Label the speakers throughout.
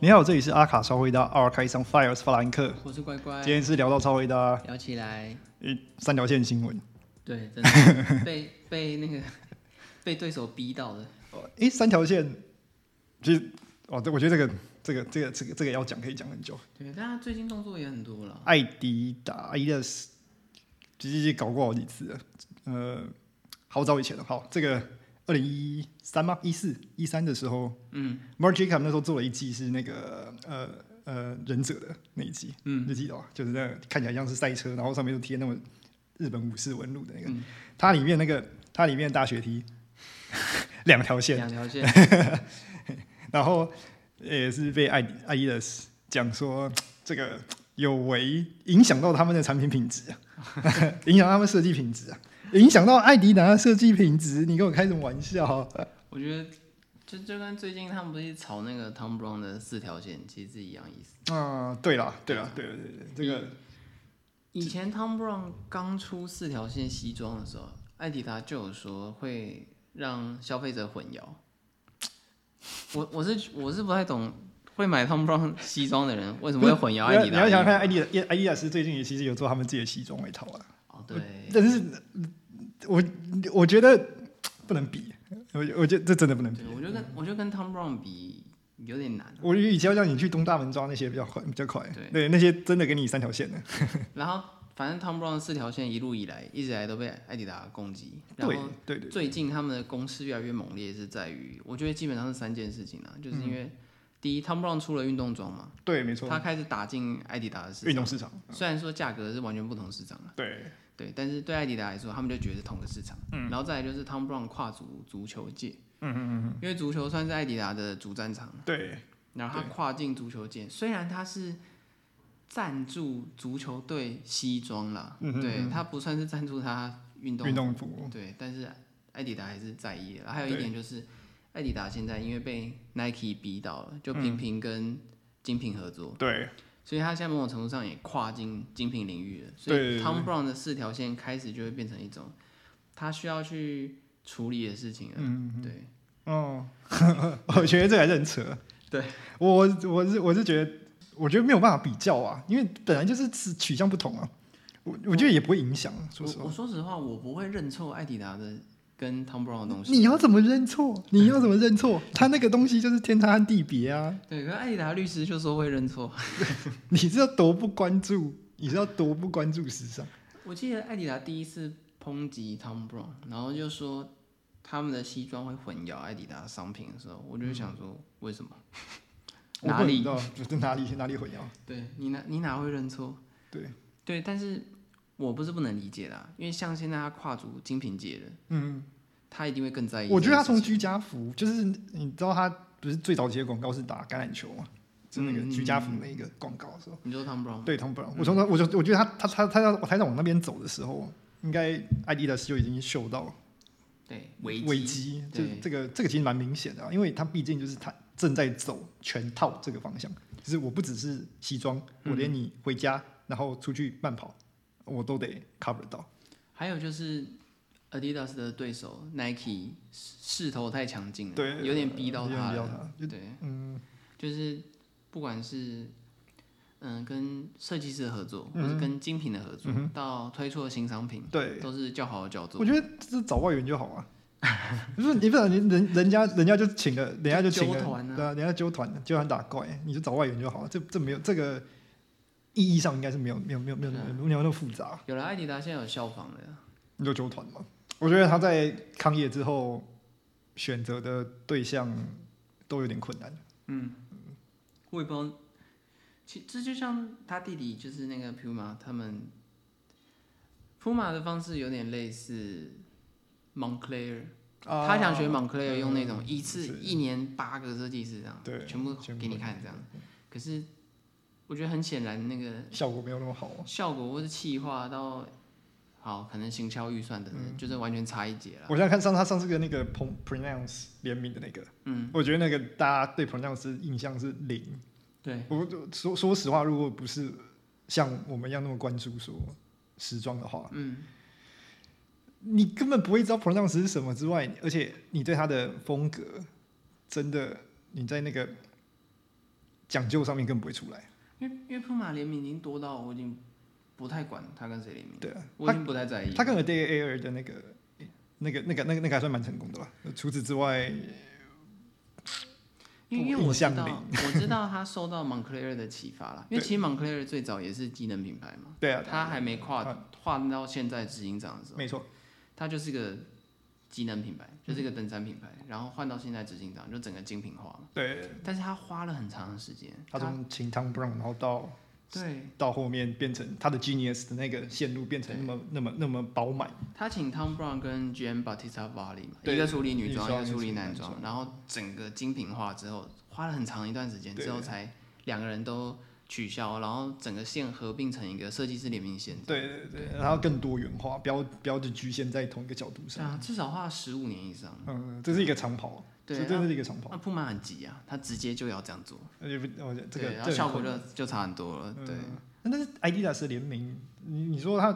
Speaker 1: 你好，这里是阿卡超会搭 a r c h i v e on Fire，我是法兰克。
Speaker 2: 我是乖乖，
Speaker 1: 今天是聊到超会搭
Speaker 2: 聊起 来，
Speaker 1: 呃三条线新闻。
Speaker 2: 对，真的被被那个被对手逼到的，
Speaker 1: 哦诶，三条线，其实哦，这我觉得这个这个这个这个这个要讲可以讲很久。
Speaker 2: 对，但他最近动作也很多了，
Speaker 1: 艾迪达 Adidas 其实搞过好几次了，呃，好早以前了。好，这个二零一三吗？一四一三的时候，嗯 m a r j i c a m 那时候做了一季是那个呃呃忍者的那一季，嗯，就记得吧？就是那个看起来像是赛车，然后上面就贴那种日本武士纹路的那个，它里面那个它里面大学梯 两条线，
Speaker 2: 两条 线，
Speaker 1: 然后也是被爱爱伊的讲说这个有违影响到他们的产品品质啊， 影响他们设计品质啊，影响到艾迪达的设计品质，你跟我开什么玩笑？啊
Speaker 2: 我觉得就就跟最近他们不是炒那个 Tom Brown 的四条线，其实是一样意思。
Speaker 1: 啊，对啦，对啦，对对对，这个
Speaker 2: 以前 Tom Brown 刚出四条线西装的时候，艾迪达就有说会让消费者混淆。我我是我是不太懂会买 Tom Brown 西装的人为什么会混淆艾迪
Speaker 1: 你要你
Speaker 2: 达的
Speaker 1: 要
Speaker 2: 衣服？
Speaker 1: 想看艾迪达，艾迪达斯最近也其实有做他们自己的西装外套啊，
Speaker 2: 哦，对，
Speaker 1: 但是我我觉得不能比，我我觉得这真的不能比
Speaker 2: 对，。我觉得跟我觉得跟 Tom Brown 比有点难。啊
Speaker 1: 我以前要叫你去东大门抓那些比较快，比较快，
Speaker 2: 对
Speaker 1: 对，那些真的给你三条线的。
Speaker 2: 然后反正 Tom Brown 四条线一路以来一直以来都被艾迪达攻击，然
Speaker 1: 对
Speaker 2: 后
Speaker 1: 对对，
Speaker 2: 最近他们的攻势越来越猛烈，是在于我觉得基本上是三件事情啊，就是因为第一，Tom Brown 出了运动装嘛，
Speaker 1: 对，没错
Speaker 2: 他，开始打进艾迪达的市
Speaker 1: 运
Speaker 2: 场，
Speaker 1: 动市场，
Speaker 2: 虽然说价格是完全不同市场啊，
Speaker 1: 对，
Speaker 2: 对，但是对艾迪达来说，他们就觉得是同个市场。嗯，然后再来就是 Tom Brown 跨足足球界，嗯嗯嗯，因为足球算是艾迪达的主战场。
Speaker 1: 对，
Speaker 2: 然后他跨进足球界，虽然他是赞助足球队西装啦，
Speaker 1: 嗯哼
Speaker 2: 对他不算是赞助他运动，
Speaker 1: 运动服，
Speaker 2: 对，但是艾迪达还是在意的。还有一点就是，艾迪达现在因为被 Nike 逼到了，就
Speaker 1: 嗯
Speaker 2: 频频跟精品合作，
Speaker 1: 对，
Speaker 2: 所以他现在某种程度上也跨进精品领域了。所
Speaker 1: 对对
Speaker 2: 以
Speaker 1: 对
Speaker 2: Tom Brown 的四条线开始就会变成一种他需要去处理的事情了。嗯，对，
Speaker 1: 哦，我觉得这还是很扯。
Speaker 2: 对，
Speaker 1: 我我是我是觉得，我觉得没有办法比较啊，因为本来就是是取向不同啊。我我觉得也不会影响，说实话
Speaker 2: 我我。说实话，我不会认错艾迪达的跟 Tom Brown 的东西。
Speaker 1: 你要怎么认错？你要怎么认错？他那个东西就是天差地别啊！
Speaker 2: 对，可是艾迪达律师就说会认错。
Speaker 1: 你是要多不关注，你是要多不关注时尚？
Speaker 2: 我记得艾迪达第一次抨击 Tom Brown，然后就说他们的西装会混淆艾迪达商品的时候，我就想
Speaker 1: 嗯
Speaker 2: 说为什么？
Speaker 1: 我
Speaker 2: 哪
Speaker 1: 不
Speaker 2: 里
Speaker 1: 知道？这哪里哪里混淆？
Speaker 2: 对你哪你哪会认错？
Speaker 1: 对
Speaker 2: 对，但是我不是不能理解啦，因为像现在他跨足精品界的，
Speaker 1: 嗯，
Speaker 2: 他一定会更在意这
Speaker 1: 我
Speaker 2: 件事情。
Speaker 1: 觉得他从居家服，就是你知道他不是最早期的广告是打橄榄球嘛，就那个
Speaker 2: 嗯哦
Speaker 1: 居家服那一个广告的时候，
Speaker 2: 你说 Tom Brown
Speaker 1: 对 Tom Brown，我从他我就我觉得他他他他要他在往那边走的时候，应该艾迪达斯就已经嗅到
Speaker 2: 对
Speaker 1: 危
Speaker 2: 危机
Speaker 1: 机，这
Speaker 2: 对
Speaker 1: 这个这个其实蛮明显的、啊，因为他毕竟就是他正在走全套这个方向，就是我不只是西装，
Speaker 2: 嗯
Speaker 1: 我连你回家然后出去慢跑，我都得 cover 到。
Speaker 2: 还有就是 Adidas 的对手 Nike 势头太强劲了，
Speaker 1: 对
Speaker 2: 有点逼到
Speaker 1: 有点
Speaker 2: 他
Speaker 1: 逼到
Speaker 2: 了。对，嗯，就是不管是嗯、跟设计师的合作，或是跟精品的合作，到推出的新商品，
Speaker 1: 嗯对，
Speaker 2: 都是较好的角
Speaker 1: 我
Speaker 2: 度。
Speaker 1: 觉得这找外援就好啊。不是你不是你人人家人家就请了，人家就请了，
Speaker 2: 纠团啊
Speaker 1: 对啊，人家纠团纠团打怪，你就找外援就好了。这这没有这个意义上应该是没有没有没有没有没有没有那么复杂。
Speaker 2: 有了艾迪达，现在有效仿了。
Speaker 1: 你就纠团嘛。我觉得他在抗业之后选择的对象都有点困难。
Speaker 2: 我也不知道，其这就像他弟弟，就是那个 Puma，他们 Puma 的方式有点类似 Moncler。他想学蒙克雷尔用那种一次
Speaker 1: 哦啊嗯是
Speaker 2: 一年八个设计师这样，
Speaker 1: 对
Speaker 2: 全部
Speaker 1: 全部
Speaker 2: 给你看这样。可是我觉得很显然那个
Speaker 1: 效果没有那么好啊。
Speaker 2: 效果或是气化到好，可能行销预算等等，
Speaker 1: 嗯
Speaker 2: 就是完全差一截了。
Speaker 1: 我现在看上他上次跟那个 Pron- Pronounce 联名的那个，
Speaker 2: 嗯，
Speaker 1: 我觉得那个大家对 Pronounce 的印象是零。
Speaker 2: 对，
Speaker 1: 我说说实话，如果不是像我们一样那么关注说时装的话，
Speaker 2: 嗯，
Speaker 1: 你根本不会知道 pronounce 是什么之外，而且你对他的风格真的，你在那个讲究上面更不会出来。
Speaker 2: 因为因为 Puma 联名已经多到我已经不太管它跟谁联名，
Speaker 1: 对啊，
Speaker 2: 我已经不太在意。
Speaker 1: 他跟 A Day Air 的那个、那个、那个、那个、那个还算蛮成功的吧。除此之外，
Speaker 2: 因为因为我
Speaker 1: 印
Speaker 2: 知
Speaker 1: 象
Speaker 2: 道
Speaker 1: 里
Speaker 2: 我知道他受到 Moncler 的启发啦，因为
Speaker 1: 对
Speaker 2: 其实 Moncler 最早也是机能品牌嘛，
Speaker 1: 对啊，
Speaker 2: 他还没跨
Speaker 1: 啊
Speaker 2: 跨到现在执行长的时候，
Speaker 1: 没错，
Speaker 2: 它就是一个机能品牌，就
Speaker 1: 嗯
Speaker 2: 是一个登山品牌，然后换到现在执行长就整个精品化嘛，
Speaker 1: 对，
Speaker 2: 但是他花了很长的时间，
Speaker 1: 他从秦汤 Brown，然后到
Speaker 2: 对
Speaker 1: 到后面变成他的 Genius 的那个线路变成那么那么那么饱满，
Speaker 2: 他请 Tom Brown 跟 Jean Battista Valli 嘛，
Speaker 1: 对
Speaker 2: 一个处理女装，
Speaker 1: 女
Speaker 2: 一
Speaker 1: 装
Speaker 2: 个处理男
Speaker 1: 一
Speaker 2: 装
Speaker 1: 个处理男，
Speaker 2: 然后整个精品化之后，花了很长一段时间
Speaker 1: 对啊
Speaker 2: 之后才两个人都取消，然后整个线合并成一个设计师联名线。
Speaker 1: 对对对，然后更多元化，不要不要只局限在同一个角度
Speaker 2: 对
Speaker 1: 上。
Speaker 2: 啊，至少花了十五年以上。
Speaker 1: 嗯，这是一个长跑，
Speaker 2: 对
Speaker 1: 这
Speaker 2: 啊
Speaker 1: 真的是一个长跑。
Speaker 2: 那铺满很急啊，他直接就要这样做，
Speaker 1: 而且不，我觉得这个
Speaker 2: 对，然后
Speaker 1: 这个
Speaker 2: 效
Speaker 1: 很
Speaker 2: 果
Speaker 1: 困
Speaker 2: 就
Speaker 1: 难
Speaker 2: 就差很多了。对，
Speaker 1: 嗯但是 Adidas 的联名，你你说它，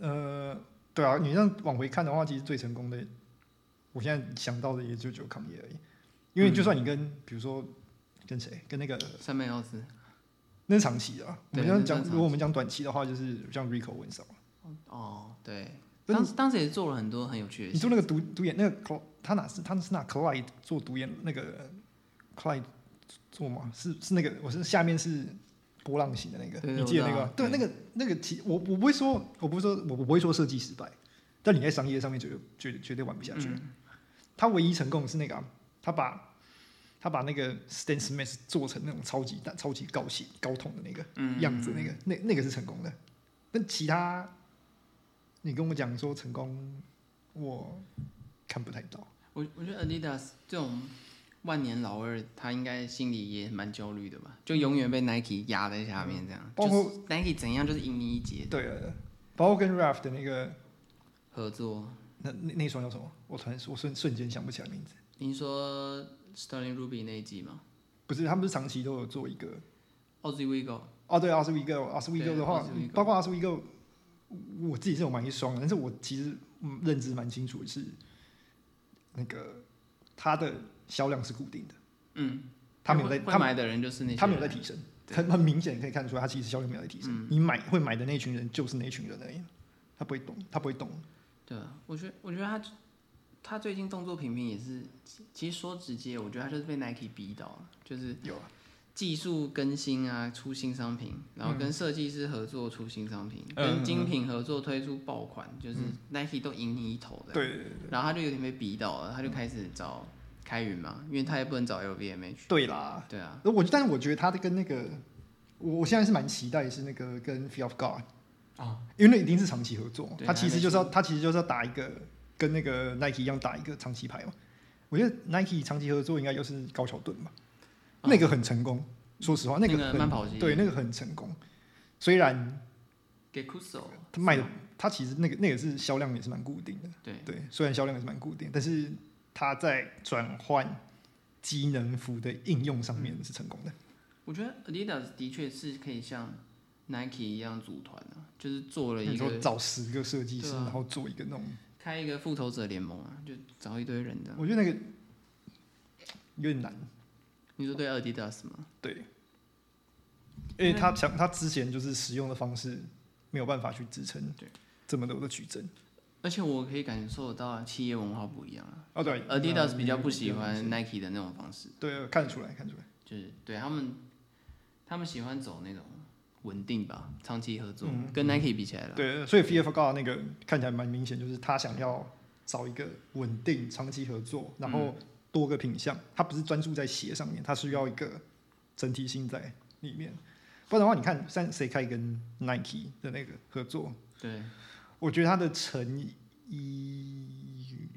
Speaker 1: 呃，对啊，你让往回看的话，其实最成功的，我现在想到的也就只有康业而已。因
Speaker 2: 嗯
Speaker 1: 为就算你跟，比如说跟谁，跟那个
Speaker 2: 三枚奥斯，
Speaker 1: 那是长期的、啊，我
Speaker 2: 对
Speaker 1: 们要
Speaker 2: 那是
Speaker 1: 讲，
Speaker 2: 长期
Speaker 1: 如果我们讲短期的话，就是像 Rico 文少，
Speaker 2: 哦，对，
Speaker 1: 但
Speaker 2: 当当时也做了很多很有趣的
Speaker 1: 你
Speaker 2: 事。
Speaker 1: 做那个独独眼那个 Cl，他哪是他是拿 Clyde 做独眼那个 Clyde 做吗？是是那个，我是下面是波浪形的那个，
Speaker 2: 对对
Speaker 1: 你记得那个吗？
Speaker 2: 我
Speaker 1: 对，
Speaker 2: 知道
Speaker 1: 那个那个其我我不会说，我不会说我我不会说设计失败，但你在商业上面绝对绝对绝对玩不下去。
Speaker 2: 嗯
Speaker 1: 他唯一成功的是那个、啊，他把他把那个 Stan Smith 做成那种超级大、超级高血高筒的那个。
Speaker 2: 嗯
Speaker 1: 样子，那个那那个是成功的。但其他，你跟我讲说成功，我看不太到。
Speaker 2: 我我觉得 Adidas 这种万年老二，他应该心里也蛮焦虑的吧？就永远被 Nike 压在下面这样，
Speaker 1: 包括
Speaker 2: 就是 Nike 怎样就是赢你一截
Speaker 1: 对了，包括跟 Ralph 的那个
Speaker 2: 合作。
Speaker 1: 那那那双叫什么？我突然我瞬瞬间想不起来名字。
Speaker 2: 您说 Sterling Ruby 那一季吗
Speaker 1: 不是，他们不是长期都有做一个
Speaker 2: ？Ozzy w i g o
Speaker 1: 哦，对，阿斯维戈，阿斯维戈
Speaker 2: 对
Speaker 1: 的话
Speaker 2: Oswego，
Speaker 1: 包括阿斯维戈，我自己是有买一双的，但是我其实嗯认知蛮清楚的是，那个它的销量是固定的，
Speaker 2: 嗯，
Speaker 1: 他没有在
Speaker 2: 会
Speaker 1: 他
Speaker 2: 会买的人就是那些人，
Speaker 1: 他没有在提升，
Speaker 2: 对嗯
Speaker 1: 很很明显可以看出来，他其实销量没有在提升。你买会买的那群人就是那群人而已，他不会懂，他不会懂。
Speaker 2: 对啊，我觉得我觉得他他最近动作频频也是，其其实说直接，我觉得他就是被 Nike 逼到了，就是
Speaker 1: 有啊，
Speaker 2: 技术更新啊，出新商品，然后跟设计师合作出新商品，
Speaker 1: 嗯
Speaker 2: 跟精品合作推出爆款，就是 Nike 都赢你一头的。
Speaker 1: 对啊
Speaker 2: 然后他就有点被逼到了，他就开始找开云嘛，因为他也不能找 LVMH。
Speaker 1: 对啦，
Speaker 2: 对啊，
Speaker 1: 呃我但是我觉得他的跟那个，我我现在是蛮期待是那个跟 Fear of God，
Speaker 2: 哦，
Speaker 1: 因为那一定是长期合作嘛，
Speaker 2: 对
Speaker 1: 他其实就是要他其实就是要打一个跟那个 Nike 一样打一个长期牌嘛。我觉得 Nike 长期合作应该就是高桥盾吧，
Speaker 2: 哦
Speaker 1: 那个很成功，说实话，哦那
Speaker 2: 那
Speaker 1: 个很
Speaker 2: 慢啊跑机
Speaker 1: 对那个很成功，虽然
Speaker 2: 给 Kuso
Speaker 1: 他卖的他其实那个那个是销量也是蛮固定的。
Speaker 2: 对
Speaker 1: 对，虽然销量也是蛮固定，但是它在转换机能服的应用上
Speaker 2: 嗯
Speaker 1: 面是成功的。
Speaker 2: 我觉得 Adidas 的确是可以像 Nike 一样组团啊，就是做了
Speaker 1: 你
Speaker 2: 一
Speaker 1: 说
Speaker 2: 个
Speaker 1: 找十个设计师，
Speaker 2: 对啊
Speaker 1: 然后做一个那种，
Speaker 2: 开一个复仇者联盟啊，就找一堆人这样。
Speaker 1: 我觉得那个有点难。
Speaker 2: 你说对 Adidas 吗？
Speaker 1: 对，因为他想他之前就是使用的方式没有办法去支撑
Speaker 2: 对
Speaker 1: 这么多的矩阵。
Speaker 2: 而且我可以感受到企业文化不一样啊。
Speaker 1: 哦，对
Speaker 2: ，Adidas
Speaker 1: 那
Speaker 2: 比较不喜欢
Speaker 1: 是
Speaker 2: Nike 的那种方式，
Speaker 1: 对，看得出来，看得出来。
Speaker 2: 就是对他们，他们喜欢走那种稳定吧，长期合作，
Speaker 1: 嗯
Speaker 2: 跟 Nike 比起来了，
Speaker 1: 对，所以 F F 告那个看起来蛮明显，就是他想要找一个稳定、长期合作，然后多个品项，他不是专注在鞋上面，他需要一个整体性在里面。不然的话，你看像谁开跟 Nike 的那个合作，
Speaker 2: 对，
Speaker 1: 我觉得他的诚意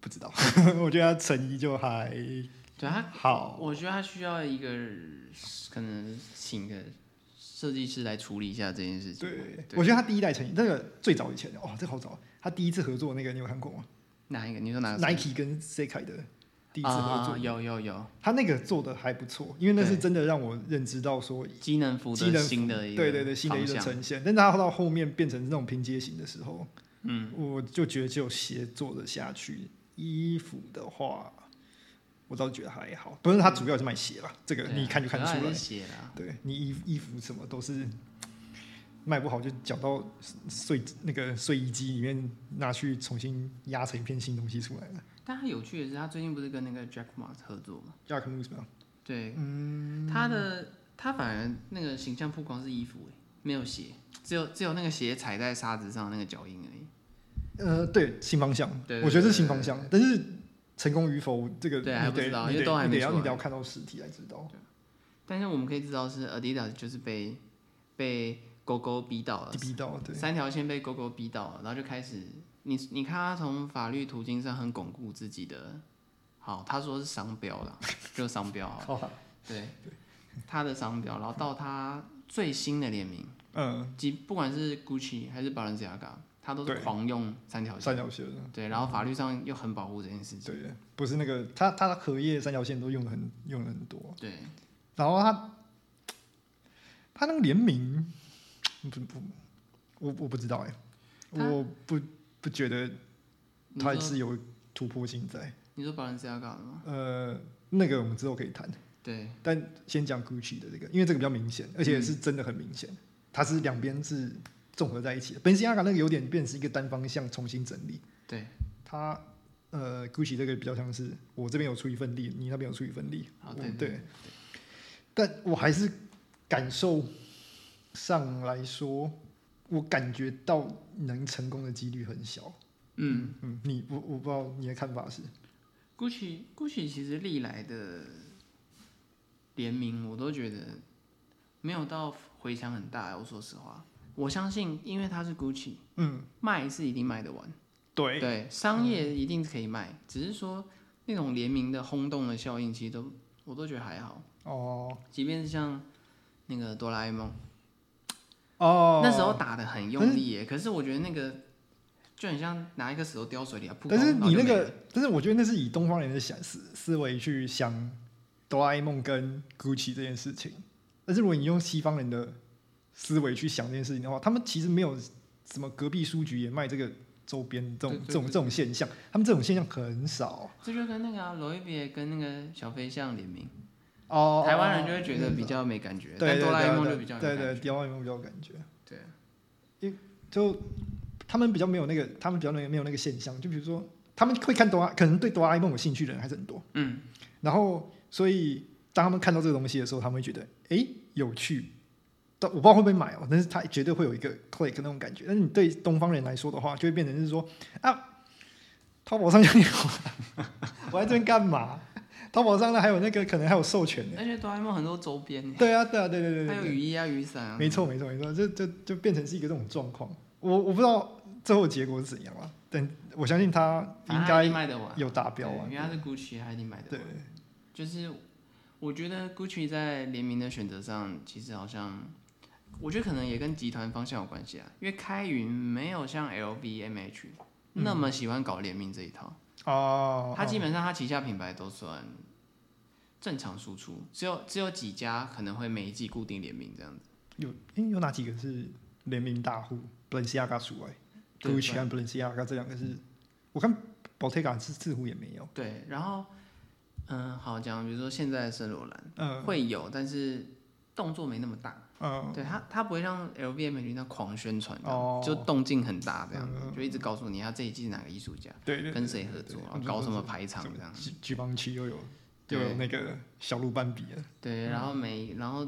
Speaker 1: 不知道， 我觉得他诚意就还
Speaker 2: 对他，
Speaker 1: 好，
Speaker 2: 我觉得他需要一个可能请个设计师来处理一下这件事情。
Speaker 1: 对，
Speaker 2: 对
Speaker 1: 我觉得他第一代诚意，那个最早以前，哦，这个好早，他第一次合作那个你有看过吗？
Speaker 2: 哪一个？你说哪个
Speaker 1: Nike 跟 Sekai 的第一次合作，
Speaker 2: 啊有有有，
Speaker 1: 他那个做的还不错，因为那是真的让我认知到说，
Speaker 2: 机能服
Speaker 1: 机
Speaker 2: 的
Speaker 1: 能服
Speaker 2: 新的一个
Speaker 1: 对对对，新的一
Speaker 2: 方
Speaker 1: 个
Speaker 2: 向
Speaker 1: 呈现。但是他到后面变成那种拼接型的时候，嗯，我就觉得只有鞋做得下去，衣服的话，我倒是觉得还好。不是它主要是卖鞋啦，这个
Speaker 2: 对啊
Speaker 1: 你一看就看得
Speaker 2: 主要
Speaker 1: 出
Speaker 2: 还
Speaker 1: 来
Speaker 2: 是。鞋啦，
Speaker 1: 对你衣衣服什么都是卖不好，就缴到碎那个碎衣机里面拿去重新压成一片新东西出来了。
Speaker 2: 但他有趣的是，他最近不是跟那个 Jack Mart 合作吗？
Speaker 1: Jack m o s 吗？
Speaker 2: 对，
Speaker 1: 嗯
Speaker 2: 他的他反而那个形象曝光是衣服、欸，没有鞋，只有只有那个鞋踩在沙子上那个脚印而已。
Speaker 1: 呃，对，新方向，
Speaker 2: 对对
Speaker 1: 我觉得
Speaker 2: 对
Speaker 1: 是新方向，但是成功与否，这个
Speaker 2: 对还
Speaker 1: 你
Speaker 2: 不知
Speaker 1: 得
Speaker 2: 道
Speaker 1: 你
Speaker 2: 因为
Speaker 1: 得
Speaker 2: 都还
Speaker 1: 你
Speaker 2: 没
Speaker 1: 得要
Speaker 2: 出
Speaker 1: 你
Speaker 2: 来
Speaker 1: 得要看到实体才知道。
Speaker 2: 但是我们可以知道是 Adidas 就是被被狗狗逼到了，
Speaker 1: 逼到对，
Speaker 2: 三条线被狗狗逼到了，然后就开始你你看他从法律途径上很巩固自己的，好，他说是商 标啦，就商标好了，
Speaker 1: 好吧，
Speaker 2: 对，他的商标，然后到他最新的联名，
Speaker 1: 嗯，
Speaker 2: 即不管是 Gucci 还是 Balenciaga，他都是
Speaker 1: 对嗯
Speaker 2: 狂用三条线
Speaker 1: 三，角线，
Speaker 2: 对，然后法律上又很保护这件事情，
Speaker 1: 对，不是那个它它的荷叶三角线都用的很用的很多，
Speaker 2: 对，
Speaker 1: 然后他他那个联名，不不，我我不知道哎、
Speaker 2: 他
Speaker 1: 我不不觉得
Speaker 2: 你
Speaker 1: 他
Speaker 2: 说哦
Speaker 1: 是有突破性在。
Speaker 2: 你说 Balenciaga 的吗？
Speaker 1: 呃，那个我们之后可以谈，
Speaker 2: 对，
Speaker 1: 但先讲 Gucci 的这个，因为这个比较明显，而且
Speaker 2: 嗯
Speaker 1: 是真的很明显，它是两边是综合在一起的。本西亚卡那个有点变成是一个单方向重新整理，
Speaker 2: 对，
Speaker 1: 它呃 Gucci 这个比较像是我这边有出一份力，你那边有出一份力，
Speaker 2: 好，
Speaker 1: 我
Speaker 2: 哦对
Speaker 1: 对，但我还是感受上来说，我感觉到能成功的几率很小。
Speaker 2: 嗯。
Speaker 1: 嗯，你我我不知道你的看法是，
Speaker 2: Gucci Gucci 其实历来的联名，我都觉得没有到回响很大。我说实话，我相信，因为它是 Gucci，
Speaker 1: 嗯，
Speaker 2: 卖是一定卖得完，
Speaker 1: 对，
Speaker 2: 对，商业一定可以卖，只是说那种联名的轰动的效应，其实都我都觉得还好。
Speaker 1: 哦
Speaker 2: 即便是像那个哆啦 A 梦，
Speaker 1: 哦，
Speaker 2: 那时候打的很用力耶，可是我觉得那个就很像拿一个石头丢水里啊，扑
Speaker 1: 但是
Speaker 2: 空然后
Speaker 1: 你
Speaker 2: 就
Speaker 1: 那
Speaker 2: 没
Speaker 1: 个
Speaker 2: 了，
Speaker 1: 但是我觉得那是以东方人的想思思维去想哆啦 A 梦跟 Gucci 这件事情，但是如果你用西方人的思维去想这件事情的话，他们其实没有什么隔壁书局也卖这个周边这种
Speaker 2: 对对
Speaker 1: 这种
Speaker 2: 对
Speaker 1: 这种现象，他们这种现象很少
Speaker 2: 这就跟那个啊罗伊别跟那个小飞象联名。
Speaker 1: 哦。
Speaker 2: 台湾人就会觉得
Speaker 1: 嗯
Speaker 2: 比较没感觉，
Speaker 1: 对
Speaker 2: 但
Speaker 1: 对
Speaker 2: 哆啦 A
Speaker 1: 对
Speaker 2: 梦
Speaker 1: 对
Speaker 2: 就比较有
Speaker 1: 对
Speaker 2: 感
Speaker 1: 对，
Speaker 2: 觉。
Speaker 1: 哆啦 A 梦比较有感觉，
Speaker 2: 对，
Speaker 1: 就他们比较没有那个，他们比较没有没有那个现象。就比如说，他们会看哆啦，可能对哆啦 A 梦有兴趣的人还是很多。
Speaker 2: 嗯，
Speaker 1: 然后，所以当他们看到这个东西的时候，他们会觉得，诶，有趣。但我不知道会不会买哦，但是他绝对会有一个 click 那种感觉。但是你对东方人来说的话，就会变成是说啊，淘宝上就有啊， 我在这边干嘛？淘宝上呢还有那个可能还有授权的，
Speaker 2: 而且哆啦 A 梦很多周边呢，
Speaker 1: 对啊，对啊，对对对对对，
Speaker 2: 还有雨衣啊、雨伞啊。
Speaker 1: 没错，没错，没错，这这就变成是一个这种状况。我我不知道最后结果是怎样了，但我相信他
Speaker 2: 反
Speaker 1: 应
Speaker 2: 正它一定
Speaker 1: 该
Speaker 2: 卖得完，
Speaker 1: 有达标
Speaker 2: 对
Speaker 1: 啊
Speaker 2: 因为。它是 Gucci，它一定卖得
Speaker 1: 对
Speaker 2: 完。，就是我觉得 Gucci 在联名的选择上，其实好像我觉得可能也跟集团方向有关系啊，因为开云没有像 LV、MH 那么喜欢搞联名这一套。
Speaker 1: 嗯哦，
Speaker 2: 它基
Speaker 1: 哦
Speaker 2: 本上它旗下品牌都算正常输出，只有只有几家可能会每一季固定联名这样子。
Speaker 1: 有诶有哪几个是联名大户？Balenciaga 除外
Speaker 2: 对嗯
Speaker 1: ，Gucci 和 Balenciaga 这两个是，我看 Bottega 是似乎也没有。
Speaker 2: 对，然后，嗯，好讲，比如说现在的圣罗兰、
Speaker 1: 嗯
Speaker 2: 会有，但是动作没那么大。
Speaker 1: 嗯，
Speaker 2: 对啊它，它不会让 LVMH 那样狂宣传这样，
Speaker 1: 哦
Speaker 2: 就动静很大这样，
Speaker 1: 嗯
Speaker 2: 就一直告诉你他这一季是哪个艺术家，
Speaker 1: 对对，
Speaker 2: 跟谁合作，然后搞什么排场这样。
Speaker 1: 举举邦区又有又
Speaker 2: 对
Speaker 1: 有那个小鹿斑比了，
Speaker 2: 对，然后
Speaker 1: 嗯
Speaker 2: 每然后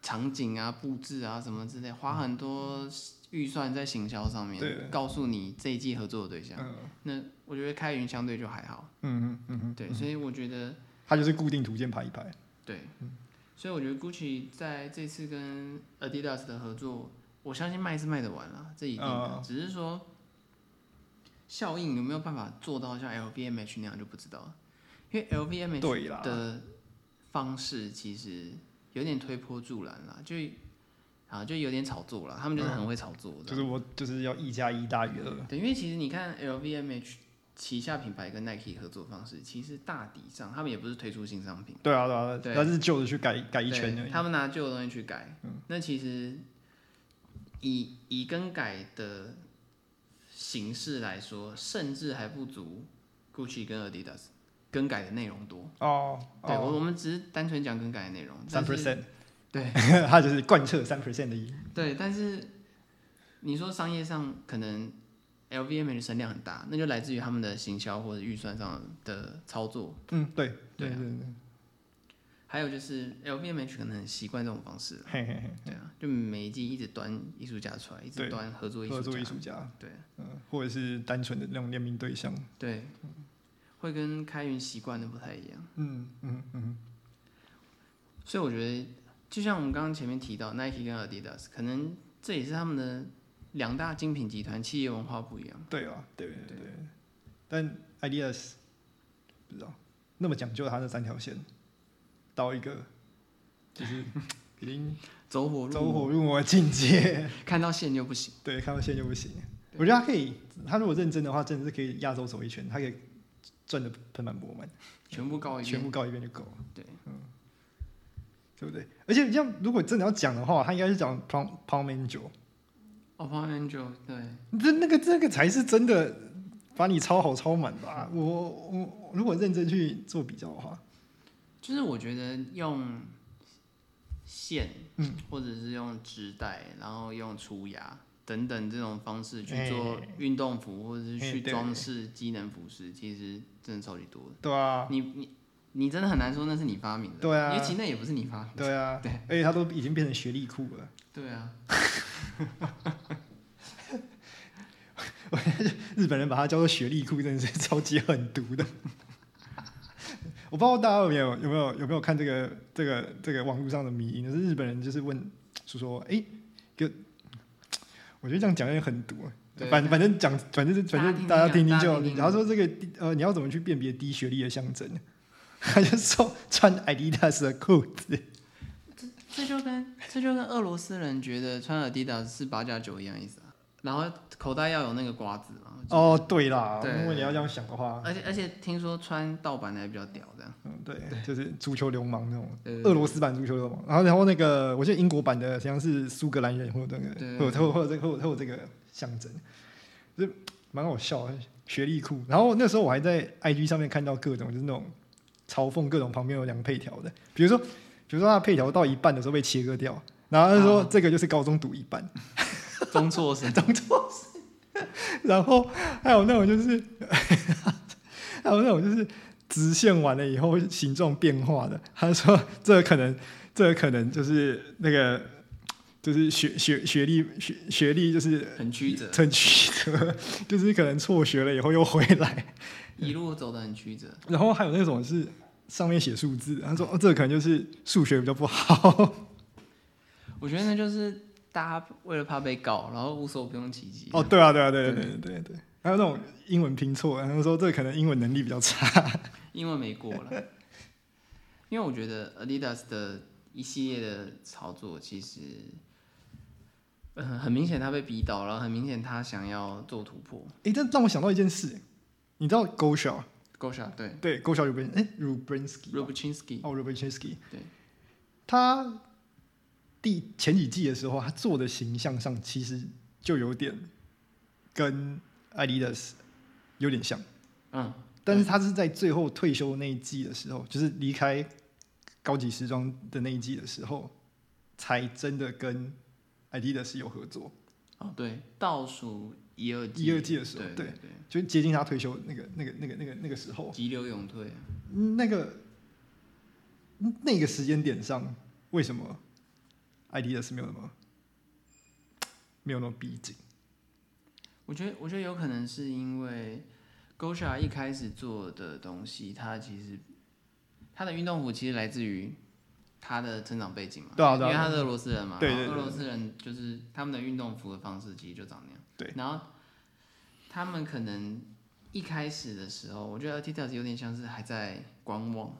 Speaker 2: 场景啊、布置啊什么之类，花很多预算在行销上
Speaker 1: 对
Speaker 2: 面，告诉你这一季合作的对象。那我觉得开云相对就还好，
Speaker 1: 嗯嗯嗯嗯，
Speaker 2: 对，所以我觉得。
Speaker 1: 它就是固定图鉴排一排。
Speaker 2: 对，所以我觉得 Gucci 在这次跟 Adidas 的合作，我相信卖是卖得完了，这一定的，
Speaker 1: 嗯
Speaker 2: 只是说效应有没有办法做到像 LVMH 那样就不知道了，因为 LVMH
Speaker 1: 对啦，
Speaker 2: 的方式其实有点推波助澜啦，就啊就有点炒作啦，他们就是很会炒作
Speaker 1: 就
Speaker 2: 的，
Speaker 1: 是我就是要一加一大于二。
Speaker 2: 对，因为其实你看 LVMH 旗下品牌跟 Nike 合作方式，其实大抵上他们也不是推出新商品。
Speaker 1: 对啊，对啊，
Speaker 2: 对
Speaker 1: 但是旧的去改改一
Speaker 2: 对
Speaker 1: 圈而已。嗯
Speaker 2: 他们拿旧的东西去改，那其实以以更改的形式来说，甚至还不足 Gucci 跟 Adidas。更改的内容多。
Speaker 1: 哦，
Speaker 2: 对，我我们只是单纯讲更改的内容。
Speaker 1: 三
Speaker 2: 但是
Speaker 1: percent，
Speaker 2: 对，
Speaker 1: 它就是贯彻三 percent 的意。
Speaker 2: 对，但是你说商业上可能 LVMH 声量很大，那就来自于他们的行销或者预算上的操作，
Speaker 1: 嗯，对，
Speaker 2: 对啊
Speaker 1: 对对，
Speaker 2: 还有就是 LVMH 可能很习惯这种方式，
Speaker 1: 嘿嘿嘿，
Speaker 2: 对啊，就每一季一直端艺术家出来，一
Speaker 1: 嗯
Speaker 2: 直
Speaker 1: 对
Speaker 2: 端合作艺
Speaker 1: 合
Speaker 2: 术
Speaker 1: 作艺
Speaker 2: 家，
Speaker 1: 术家，
Speaker 2: 对
Speaker 1: 嗯，或者是单纯的那种联名对象，
Speaker 2: 对，会跟开源习惯的不太一样，
Speaker 1: 嗯嗯嗯，
Speaker 2: 所以我觉得就像我们刚刚前面提到 Nike 跟 Adidas，可能这也是他们的两大精品集团企业文化不一样。
Speaker 1: 对啊，对对对，但 ideas 不知道那么讲究它那三条线，到一个就是 已经
Speaker 2: 走火入
Speaker 1: 走
Speaker 2: 魔，
Speaker 1: 火入魔的境界。
Speaker 2: 看到线就不行。
Speaker 1: 对，看到线就不行。我觉得他可以，他如果认真的话，真的是可以亚洲走一圈，他可以赚的盆满钵满，
Speaker 2: 全部告一
Speaker 1: 全
Speaker 2: 遍。
Speaker 1: 部告一遍就够了，嗯
Speaker 2: 对，
Speaker 1: 对不对？而且像如果真的要讲的话，他应该是讲 Palm Palm a n g e
Speaker 2: 哦，方圆九，对，
Speaker 1: 这那个这个才是真的把你抄好抄满吧。我我如果认真去做比较的话，
Speaker 2: 就是我觉得用线，嗯，或者是用织带，然后用除牙等等这种方式去做
Speaker 1: 哎
Speaker 2: 运动服，或者是
Speaker 1: 哎
Speaker 2: 去
Speaker 1: 对
Speaker 2: 装饰机能服饰，其实真的超级多的。
Speaker 1: 对啊，
Speaker 2: 你你你真的很难说那是你发明的，
Speaker 1: 对啊
Speaker 2: 因为其实那也不是你发明的。
Speaker 1: 对啊，
Speaker 2: 对
Speaker 1: 而且他都已经变成学历库了。
Speaker 2: 对啊，
Speaker 1: 日本人把它叫做学历库，真的是超级狠毒的。我不知道大家有没有有没有有没有看这个这个这个网络上的迷因，就是日本人就是问是说，哎、就我觉得这样讲有点狠毒啊
Speaker 2: 对。
Speaker 1: 反反正讲，反正是反正大家听听就好
Speaker 2: 大家听听。就好
Speaker 1: 然后说这个低呃，你要怎么去辨别低学历的象征？他就说穿 Adidas 的裤子，
Speaker 2: 这就跟这就跟俄罗斯人觉得穿 Adidas 是八加九一样意思啊。然后口袋要有那个瓜子嘛，我记得
Speaker 1: 哦，对啦，
Speaker 2: 对
Speaker 1: 如果你要这样想的话，
Speaker 2: 而且而且听说穿盗版的还比较屌，这样。
Speaker 1: 嗯，对，就是足球流氓那种。
Speaker 2: 对对
Speaker 1: 俄罗斯版足球流氓，然后然后那个我记得英国版的像是苏格兰人会有那个
Speaker 2: 对
Speaker 1: 会有会有会有这个会有会有这个象征，就蛮好笑的学历裤。然后那时候我还在 IG 上面看到各种就是那种嘲讽各种旁边有两个配条的，比如说比如说他配条到一半的时候被切割掉，然后他就说
Speaker 2: 啊
Speaker 1: 这个就是高中读一半，
Speaker 2: 对中错生
Speaker 1: 然后还有那种就是 还有那种就是直线完了以后形状变化的，他说这可能这可能就是那个就是学学学历学学历就是
Speaker 2: 很曲 折，
Speaker 1: 很曲折，就是可能辍学了以后又回来，
Speaker 2: 一路走得很曲折。
Speaker 1: 然后还有那种是上面写数字，他说哦这可能就是数学比较不好
Speaker 2: 我觉得那就是大家为了怕被告，然后无所不用其极。
Speaker 1: 哦对啊对啊对对对对对，还有那种英文拼错，然后说这可能英文能力比较差。
Speaker 2: 因为没过 了。因为我觉得 Adidas 的一系列的操作，其实，呃，很明显他被逼到，然后很明显他想要做突破。
Speaker 1: 诶，这让我想到一件事，你知道 g o s h a
Speaker 2: Gosha 对
Speaker 1: 对 g o s h a Rubin，哎，Rubinsky，
Speaker 2: r u b i c h i n s k y
Speaker 1: 哦，Rubinsky，
Speaker 2: 对，
Speaker 1: 他第前几季的时候，他做的形象上其实就有点跟 Adidas 有点像，
Speaker 2: 嗯，
Speaker 1: 但是他是在最后退休那一季的时候，就是离开高级时装的那一季的时候，才真的跟 Adidas 有合作，
Speaker 2: 哦对，倒数一二季，
Speaker 1: 一二季的时候
Speaker 2: 对
Speaker 1: 对
Speaker 2: 对，
Speaker 1: 就接近他退休那个那个那个那个那个时候。
Speaker 2: 急流勇退。
Speaker 1: 那个那个时间点上，为什么 Adidas 没有那么没有那么逼近？
Speaker 2: 我觉得，我觉得有可能是因为 Gosha 一开始做的东西，它其实它的运动服其实来自于他的成长背景嘛，
Speaker 1: 对啊
Speaker 2: 因
Speaker 1: 对啊
Speaker 2: 为他是俄罗斯人嘛，
Speaker 1: 对
Speaker 2: 然后
Speaker 1: 对对
Speaker 2: 俄
Speaker 1: 对
Speaker 2: 罗斯人就是他们的运动服的方式其实就长那样，
Speaker 1: 对，
Speaker 2: 然后他们可能一开始的时候，我觉得 Adidas 有点像是还在观望，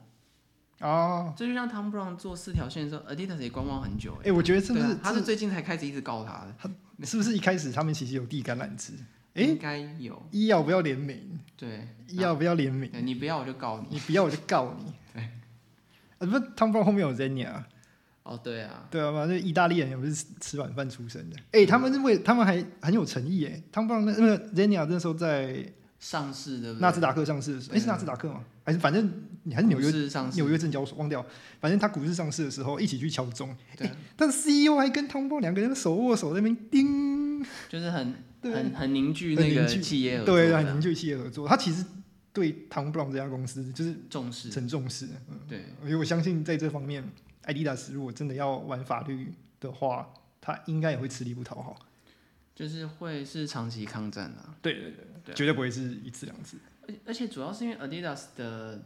Speaker 1: 哦，
Speaker 2: 这就像 Tom Brown 做四条线的时候，Adidas 也观望很久、
Speaker 1: 哎、
Speaker 2: 欸，
Speaker 1: 我觉得是不
Speaker 2: 对
Speaker 1: 是、
Speaker 2: 啊他是最近才开始一直告他的，
Speaker 1: 是是不是一开始他们其实有递橄榄 枝？哎、
Speaker 2: 应该有，
Speaker 1: 医药不要联名，
Speaker 2: 对，
Speaker 1: 医药不要联名，
Speaker 2: 对你不要我就告你，
Speaker 1: 你不要我就告你。 对，啊，不，他们不后面有 Zenia，啊
Speaker 2: 哦，对啊。
Speaker 1: 对啊嘛，那意大利人也不是吃吃软饭出身的。哎、他们是为他们还很有诚意哎，他们不那那个 Zenia 那时候在
Speaker 2: 上市对不对？
Speaker 1: 纳斯达克上市的时候，哎、是纳斯达克吗？还是反正你还是纽约
Speaker 2: 股市上市，
Speaker 1: 纽约证交所忘掉，反正他股市上市的时候一起去敲钟，
Speaker 2: 对，啊
Speaker 1: 但 CEO 还跟汤姆两个人手握手在那边叮，
Speaker 2: 就是很
Speaker 1: 对啊
Speaker 2: 很很凝聚
Speaker 1: 很
Speaker 2: 那个
Speaker 1: 凝聚
Speaker 2: 企业合作
Speaker 1: 对，啊
Speaker 2: 的
Speaker 1: 很凝聚企业合作。他其实对汤姆布朗这家公司就是
Speaker 2: 重视，
Speaker 1: 很重视，嗯，
Speaker 2: 对，
Speaker 1: 因为我相信在这方面，艾迪达斯如果真的要玩法律的话，他应该也会吃力不讨好，
Speaker 2: 就是会是长期抗战啊。
Speaker 1: 对对对，
Speaker 2: 对啊
Speaker 1: 绝对不会是一次两次，
Speaker 2: 而而且主要是因为 Adidas 的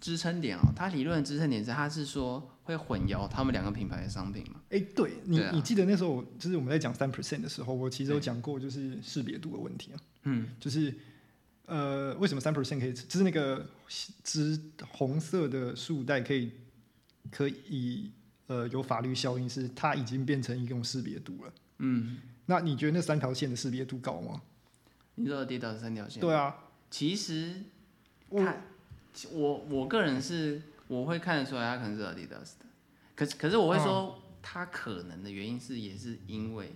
Speaker 2: 支撑点哦，它理论的支撑点是它是说会混淆他们两个品牌的商品嘛，
Speaker 1: 哎、对你，
Speaker 2: 对啊
Speaker 1: 你记得那时候我就是我们在讲三 percent 的时候，我其实有讲过就是识别度的问题啊。嗯，就是呃，为什么三 percent 可以，就是那个只红色的束带可以可以呃有法律效应，是它已经变成一种识别度了。
Speaker 2: 嗯，
Speaker 1: 那你觉得那三条线的识别度高吗？
Speaker 2: 你说 Adidas 三条线，
Speaker 1: 对啊，
Speaker 2: 其实
Speaker 1: 我
Speaker 2: 它我我个人是我会看得出来它可能是 Adidas 的，可是可是我会
Speaker 1: 嗯
Speaker 2: 说它可能的原因是也是因为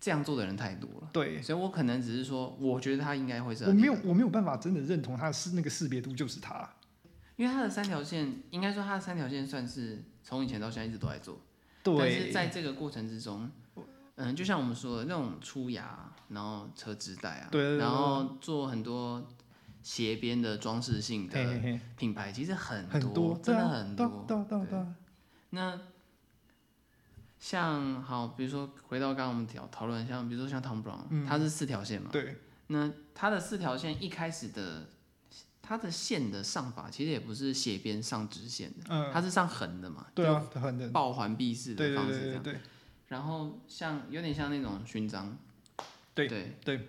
Speaker 2: 这样做的人太多了，
Speaker 1: 对，
Speaker 2: 所以我可能只是说我觉得它应该会是啊 Adidas，
Speaker 1: 我没有我没有办法真的认同它是那个识别度就是它。
Speaker 2: 因为它的三条线，应该说它的三条线算是从以前到现在一直都在做。但是
Speaker 1: 对，
Speaker 2: 在这个过程之中，嗯，就像我们说的那种出牙，然后车织带啊，
Speaker 1: 对对对对
Speaker 2: 然后做很多斜边的装饰性
Speaker 1: 嘿
Speaker 2: 的
Speaker 1: 嘿嘿，
Speaker 2: 品牌，其实很
Speaker 1: 很多，
Speaker 2: 真
Speaker 1: 对
Speaker 2: 的
Speaker 1: 啊
Speaker 2: 很
Speaker 1: 对啊
Speaker 2: 多。
Speaker 1: 对啊对啊
Speaker 2: 对
Speaker 1: 对啊，
Speaker 2: 那像好，比如说回到刚刚我们讨讨论，像比如说像 Tom Brown，它是四条线嘛，
Speaker 1: 嗯对，
Speaker 2: 那它的四条线一开始的。它的线的上法其实也不是斜边上直线的，
Speaker 1: 嗯
Speaker 2: 它是上横的嘛，
Speaker 1: 对，啊，很的，
Speaker 2: 抱环闭式
Speaker 1: 对对
Speaker 2: 的方
Speaker 1: 对
Speaker 2: 式这
Speaker 1: 对
Speaker 2: 样。
Speaker 1: 对。
Speaker 2: 然后像有点像那种勋章，
Speaker 1: 对
Speaker 2: 对
Speaker 1: 对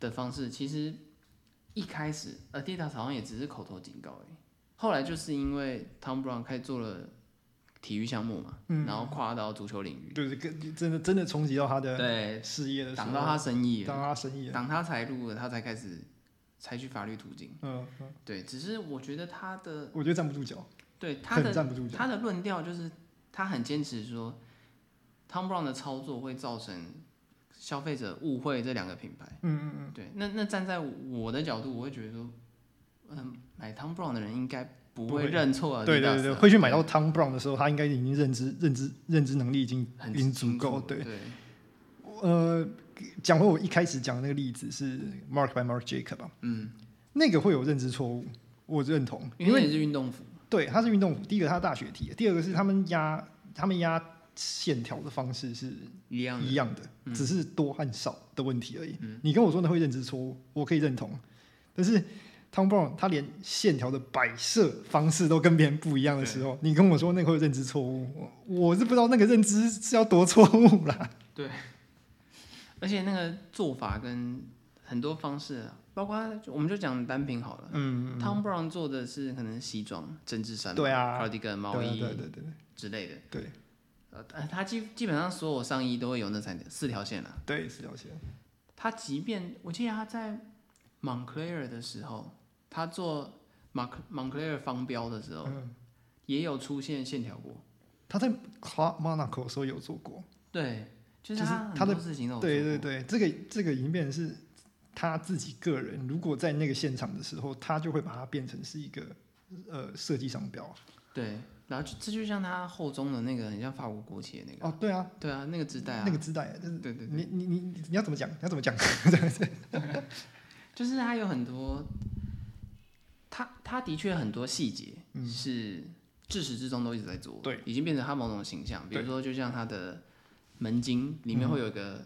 Speaker 2: 的方式，其实一开始 Adidas 好像也只是口头警告而已，后来就是因为 Tom Brown 开始做了体育项目嘛，
Speaker 1: 嗯
Speaker 2: 然后跨到足球领域，
Speaker 1: 就是跟真的真的冲击到他的
Speaker 2: 对，
Speaker 1: 事业的时候，
Speaker 2: 挡到他生意了，
Speaker 1: 挡到他生意了。
Speaker 2: 挡他财路了，他才开始采取法律途径。
Speaker 1: 嗯，嗯
Speaker 2: 对，只是我觉得他的
Speaker 1: 我觉得站不住脚，
Speaker 2: 对他
Speaker 1: 很
Speaker 2: 的
Speaker 1: 站不住脚。
Speaker 2: 他的论调就是他很坚持说，Tom Brown 的操作会造成消费者误会这两个品牌。
Speaker 1: 嗯嗯嗯，
Speaker 2: 对，那那站在我的角度，我会觉得说，嗯，买 Tom Brown 的人应该不
Speaker 1: 不
Speaker 2: 会
Speaker 1: 会
Speaker 2: 认错啊，
Speaker 1: 对对对对，会去买到 Tom Brown 的时候，他应该已经认知认知认知能力已经
Speaker 2: 很
Speaker 1: 已经足
Speaker 2: 清楚
Speaker 1: 够。对，
Speaker 2: 对
Speaker 1: 呃，讲回我一开始讲的那个例子是 Mark by Mark Jacob 吧，
Speaker 2: 嗯，
Speaker 1: 那个会有认知错误，我认同，
Speaker 2: 因为你是运动服，
Speaker 1: 对，他是运动服。第一个他大学题，第二个是他们压他们压线条的方式是
Speaker 2: 一样嗯的
Speaker 1: 一样的，只是多和少的问题而已。你跟我说那会认知错误，我可以认同，但是 Tom Brown 他连线条的摆设方式都跟别人不一样的时候，你跟我说那个会有认知错误，我我是不知道那个认知是要多错误啦。
Speaker 2: 而且那个做法跟很多方式、啊，包括我们就讲单品好了。
Speaker 1: 嗯，
Speaker 2: Tom Brown 做的是可能西装、针织衫嘛，
Speaker 1: 对啊
Speaker 2: ，cardigan 毛
Speaker 1: 对
Speaker 2: 衣
Speaker 1: 对对对
Speaker 2: 之类的。
Speaker 1: 对
Speaker 2: 呃，呃他基基本上所有上衣都会有那三条四条线啊。
Speaker 1: 对，是了解。
Speaker 2: 他即便我记得他在 Moncler 的时候，他做 Mon Moncler 方标的时候，也有出现线条过。
Speaker 1: 他在 Club Monaco 的时候有做过，
Speaker 2: 对，就是
Speaker 1: 就是
Speaker 2: 他
Speaker 1: 他
Speaker 2: 很
Speaker 1: 的
Speaker 2: 多事情都有哦做
Speaker 1: 对对
Speaker 2: 过。
Speaker 1: 对，这个这个已经变成是他自己个人，如果在那个现场的时候，他就会把它变成是一个呃设计商标。
Speaker 2: 对然后就这就像他后中的那个很像法国国旗的那个，
Speaker 1: 哦，对啊，
Speaker 2: 对啊，那个纸袋啊，
Speaker 1: 那个自带，就是
Speaker 2: 对啊对对，
Speaker 1: 你你你你要怎么讲？你要怎么 讲？
Speaker 2: 就是他有很多，他他的确很多细节是自始至终都一直在做，
Speaker 1: 嗯对，
Speaker 2: 已经变成他某种形象。比
Speaker 1: 对嗯
Speaker 2: 如说，就像他的门襟里面会有一个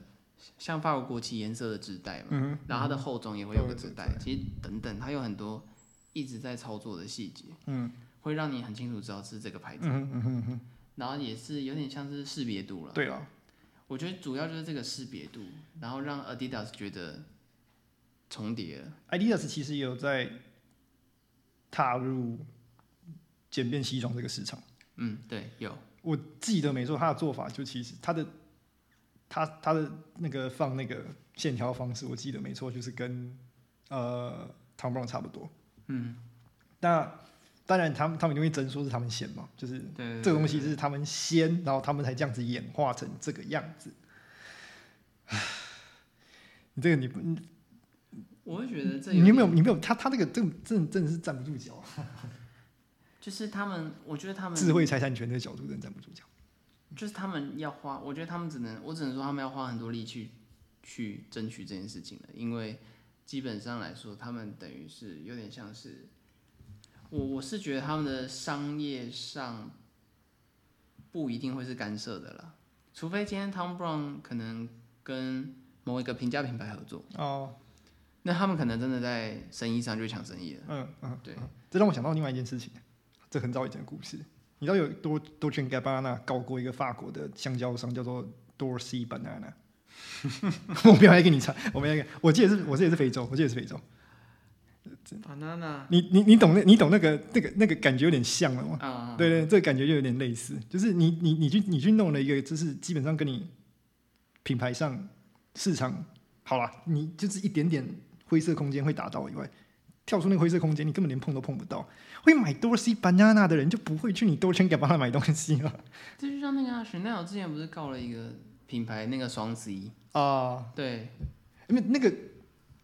Speaker 2: 像法国国旗颜色的纸袋嘛，
Speaker 1: 嗯
Speaker 2: 然后它的后中也会有个纸
Speaker 1: 对
Speaker 2: 袋，其实等等，它有很多一直在操作的细节，
Speaker 1: 嗯，
Speaker 2: 会让你很清楚知道是这个牌子，
Speaker 1: 嗯嗯嗯嗯，
Speaker 2: 然后也是有点像是识别度了。
Speaker 1: 对啊了，
Speaker 2: 我觉得主要就是这个识别度，然后让 Adidas 觉得重叠了。
Speaker 1: ，Adidas 其实也有在踏入简便西装这个市场。
Speaker 2: 嗯，对，有。
Speaker 1: 我记得没错，他的做法就其实他的他他的那个放那个线条方式，我记得没错，就是跟呃 Tom Brown 差不多。嗯，那当然他们他们一定会争说是他们先嘛，就是
Speaker 2: 对对对
Speaker 1: 这个东西是他们先，然后他们才这样子演化成这个样子。唉你这个你不，你
Speaker 2: 我会觉得这
Speaker 1: 你有没有？
Speaker 2: 点
Speaker 1: 你没有？他他这个真真真的是站不住脚，
Speaker 2: 就是他们，我觉得他们
Speaker 1: 智慧财产权的角度真的站不住脚。
Speaker 2: 就是他们要花，我觉得他们只能，我只能说他们要花很多力气去争取这件事情了，因为基本上来说，他们等于是有点像是，我我是觉得他们的商业上不一定会是干涉的啦，除非今天 Tom Brown 可能跟某一个平价品牌合作，
Speaker 1: 哦，
Speaker 2: 那他们可能真的在生意上就抢生意了。
Speaker 1: 嗯嗯，
Speaker 2: 对
Speaker 1: 嗯这让我想到另外一件事情，这很早以前的故事。你知道有多多圈盖巴纳告过一个法国的香蕉商，叫做 Dorsey Banana。我没有来给你查，我没有来给，我记得是，我记得是非洲，我记得是非洲。
Speaker 2: Banana
Speaker 1: 你你你懂那，你懂那个那个那个感觉有点像了吗？
Speaker 2: 啊，
Speaker 1: 对对，这个感觉就有点类似，就是你你你去你去弄了一个，就是基本上跟你品牌上市场好啦，你就是一点点灰色空间会达到以外，跳出那个灰色空间，你根本连碰都碰不到。会买 Dorsey Banana 的人就不会去你 Dolce Gabbana 买东西了
Speaker 2: 这就像那个啊 Chanel 之前不是告了一个品牌那个双十一，哦
Speaker 1: 啊，
Speaker 2: 对
Speaker 1: 因为那个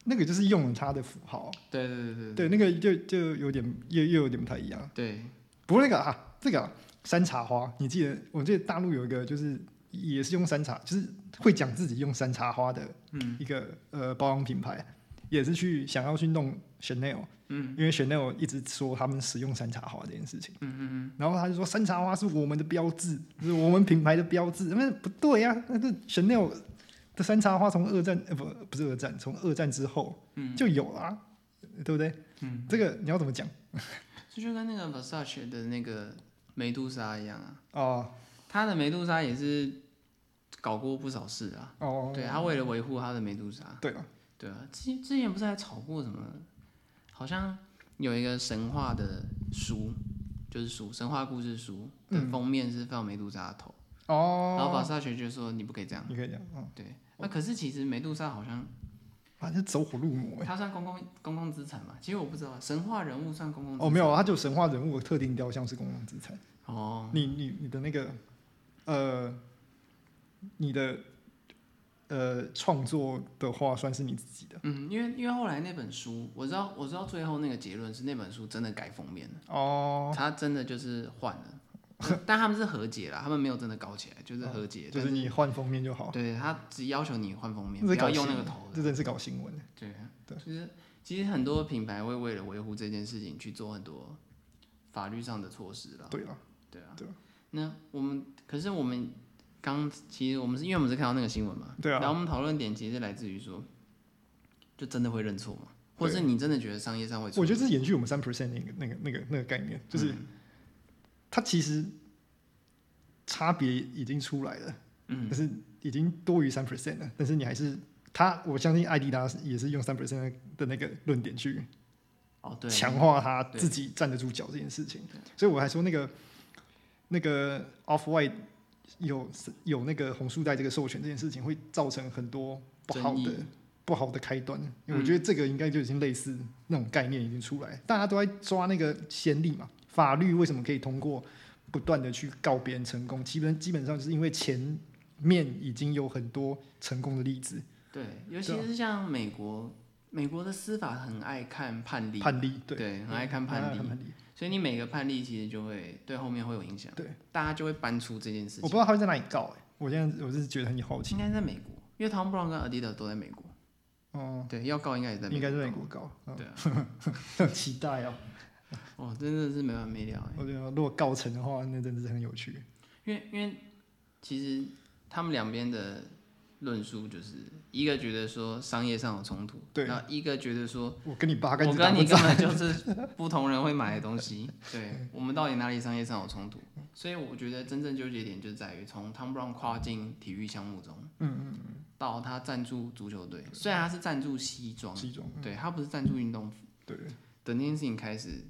Speaker 1: 那个就是用了它的符号，
Speaker 2: 对对对
Speaker 1: 对，那个就就有点又又有点不太一样。
Speaker 2: 对，
Speaker 1: 不过那个啊，这个啊、山茶花，你记得？我记得大陆有一个就是也是用山茶，就是会讲自己用山茶花的
Speaker 2: 嗯
Speaker 1: 一个、呃包装品牌，也是去想要去弄 Chanel，
Speaker 2: 嗯
Speaker 1: 因为 Chanel 一直说他们使用山茶花这件事情，
Speaker 2: 嗯嗯
Speaker 1: 然后他就说山茶花是我们的标志，就是我们品牌的标志，那不对呀、那这 Chanel 的山茶花从二战呃不不是二战，从二战之后
Speaker 2: 嗯
Speaker 1: 就有啦、对不对？
Speaker 2: 嗯，
Speaker 1: 这个你要怎么讲
Speaker 2: 这就跟那个 Versace 的那个梅杜莎一样啊，
Speaker 1: 哦
Speaker 2: 他的梅杜莎也是搞过不少事啊，
Speaker 1: 哦，
Speaker 2: 对他为了维护他的梅杜莎，
Speaker 1: 对了，
Speaker 2: 对啊，之之前不是还炒过什么，好像有一个神话的书，就是书神话故事书的封面是放梅杜莎的头，
Speaker 1: 哦，
Speaker 2: 然后 Versace 就说你不可以这样，
Speaker 1: 你可以讲，嗯，
Speaker 2: 对，那可是其实梅杜莎好像。
Speaker 1: 反正走火入魔哎。
Speaker 2: 它算公共公共资产嘛？其实我不知道，神话人物算公共资产
Speaker 1: 哦，没有，它就神话人物的特定雕像是公共资产。
Speaker 2: 哦，
Speaker 1: 你你你的那个，呃，你的呃创作的话，算是你自己的
Speaker 2: 嗯，因为因为后来那本书，我知道我知道最后那个结论是那本书真的改封面了，
Speaker 1: 哦，
Speaker 2: 它真的就是换了，但但他们是和解啦，他们没有真的搞起来，就是和解，
Speaker 1: 哦就
Speaker 2: 但
Speaker 1: 是你换封面就好。
Speaker 2: 对他只要求你换封面，
Speaker 1: 这
Speaker 2: 不
Speaker 1: 是搞
Speaker 2: 要用那
Speaker 1: 新
Speaker 2: 个
Speaker 1: 闻
Speaker 2: 头
Speaker 1: 这
Speaker 2: 的，
Speaker 1: 真的是搞新闻。
Speaker 2: 对啊
Speaker 1: 对
Speaker 2: 就是其实很多品牌会为了维护这件事情去做很多法律上的措施啦。
Speaker 1: 对了，
Speaker 2: 对啊，
Speaker 1: 对啊
Speaker 2: 那我们可是我们刚其实我们是因为我们是看到那个新闻嘛，
Speaker 1: 对啊
Speaker 2: 然后我们讨论点其实来自于说，就真的会认错吗？或者是你真的觉得商业上会嗯错？
Speaker 1: 我觉得这是延续我们三 percent 那个那个那个那个概念，就是它其实差别已经出来了，
Speaker 2: 嗯，
Speaker 1: 但是已经多于三 percent 了，但是你还是他，我相信艾迪达斯也是用三 percent 的那个论点去
Speaker 2: 哦对，
Speaker 1: 强化他
Speaker 2: 对
Speaker 1: 自己站得住脚这件事情。所以我还说那个那个 Off White 有有那个红树带这个授权这件事情，会造成很多不好
Speaker 2: 争
Speaker 1: 的
Speaker 2: 议
Speaker 1: 不好的开端。因为
Speaker 2: 嗯
Speaker 1: 我觉得这个应该就已经类似那种概念已经出来，大家都在抓那个先例嘛。法律为什么可以通过不断的去告别人成功？基本基本上就是因为前面已经有很多成功的例子
Speaker 2: 对，尤其
Speaker 1: 对啊
Speaker 2: 是像美国，美国的司法很爱看判例，
Speaker 1: 判例，对，
Speaker 2: 对，很爱看判
Speaker 1: 嗯
Speaker 2: 例，
Speaker 1: 判例。
Speaker 2: 所以你每个判例其实就会对后面会有影响，
Speaker 1: 对，
Speaker 2: 大家就会搬出这件事
Speaker 1: 我
Speaker 2: 情
Speaker 1: 不。知道他会在哪里告、欸，我现在我是觉得很好奇。
Speaker 2: 应该在美国，因为 Tom Brown 跟 Adidas 都在美国，
Speaker 1: 哦、
Speaker 2: 对，要告应该也在美国，
Speaker 1: 应该是美国高，嗯
Speaker 2: 对啊，
Speaker 1: 很期待哦。
Speaker 2: 哦，真的是没完没了哎。
Speaker 1: 我觉得如果告成的话，那真的是很有趣。
Speaker 2: 因为因为其实他们两边的论述就是一个觉得说商业上有冲突，
Speaker 1: 对
Speaker 2: 然后一个觉得说
Speaker 1: 我跟你爸跟
Speaker 2: 我
Speaker 1: 你打
Speaker 2: 跟
Speaker 1: 不
Speaker 2: 你
Speaker 1: 仗
Speaker 2: 根本就是不同人会买的东 西，对我们到底哪里商业上有冲突？所以我觉得真正纠结点就在于从 Tom Brown 跨进体育项目中，嗯嗯嗯，到他赞助足球队，虽然他是赞助西装，
Speaker 1: 是一种
Speaker 2: 对他不是赞助运动服
Speaker 1: 对
Speaker 2: 的那件事情开始。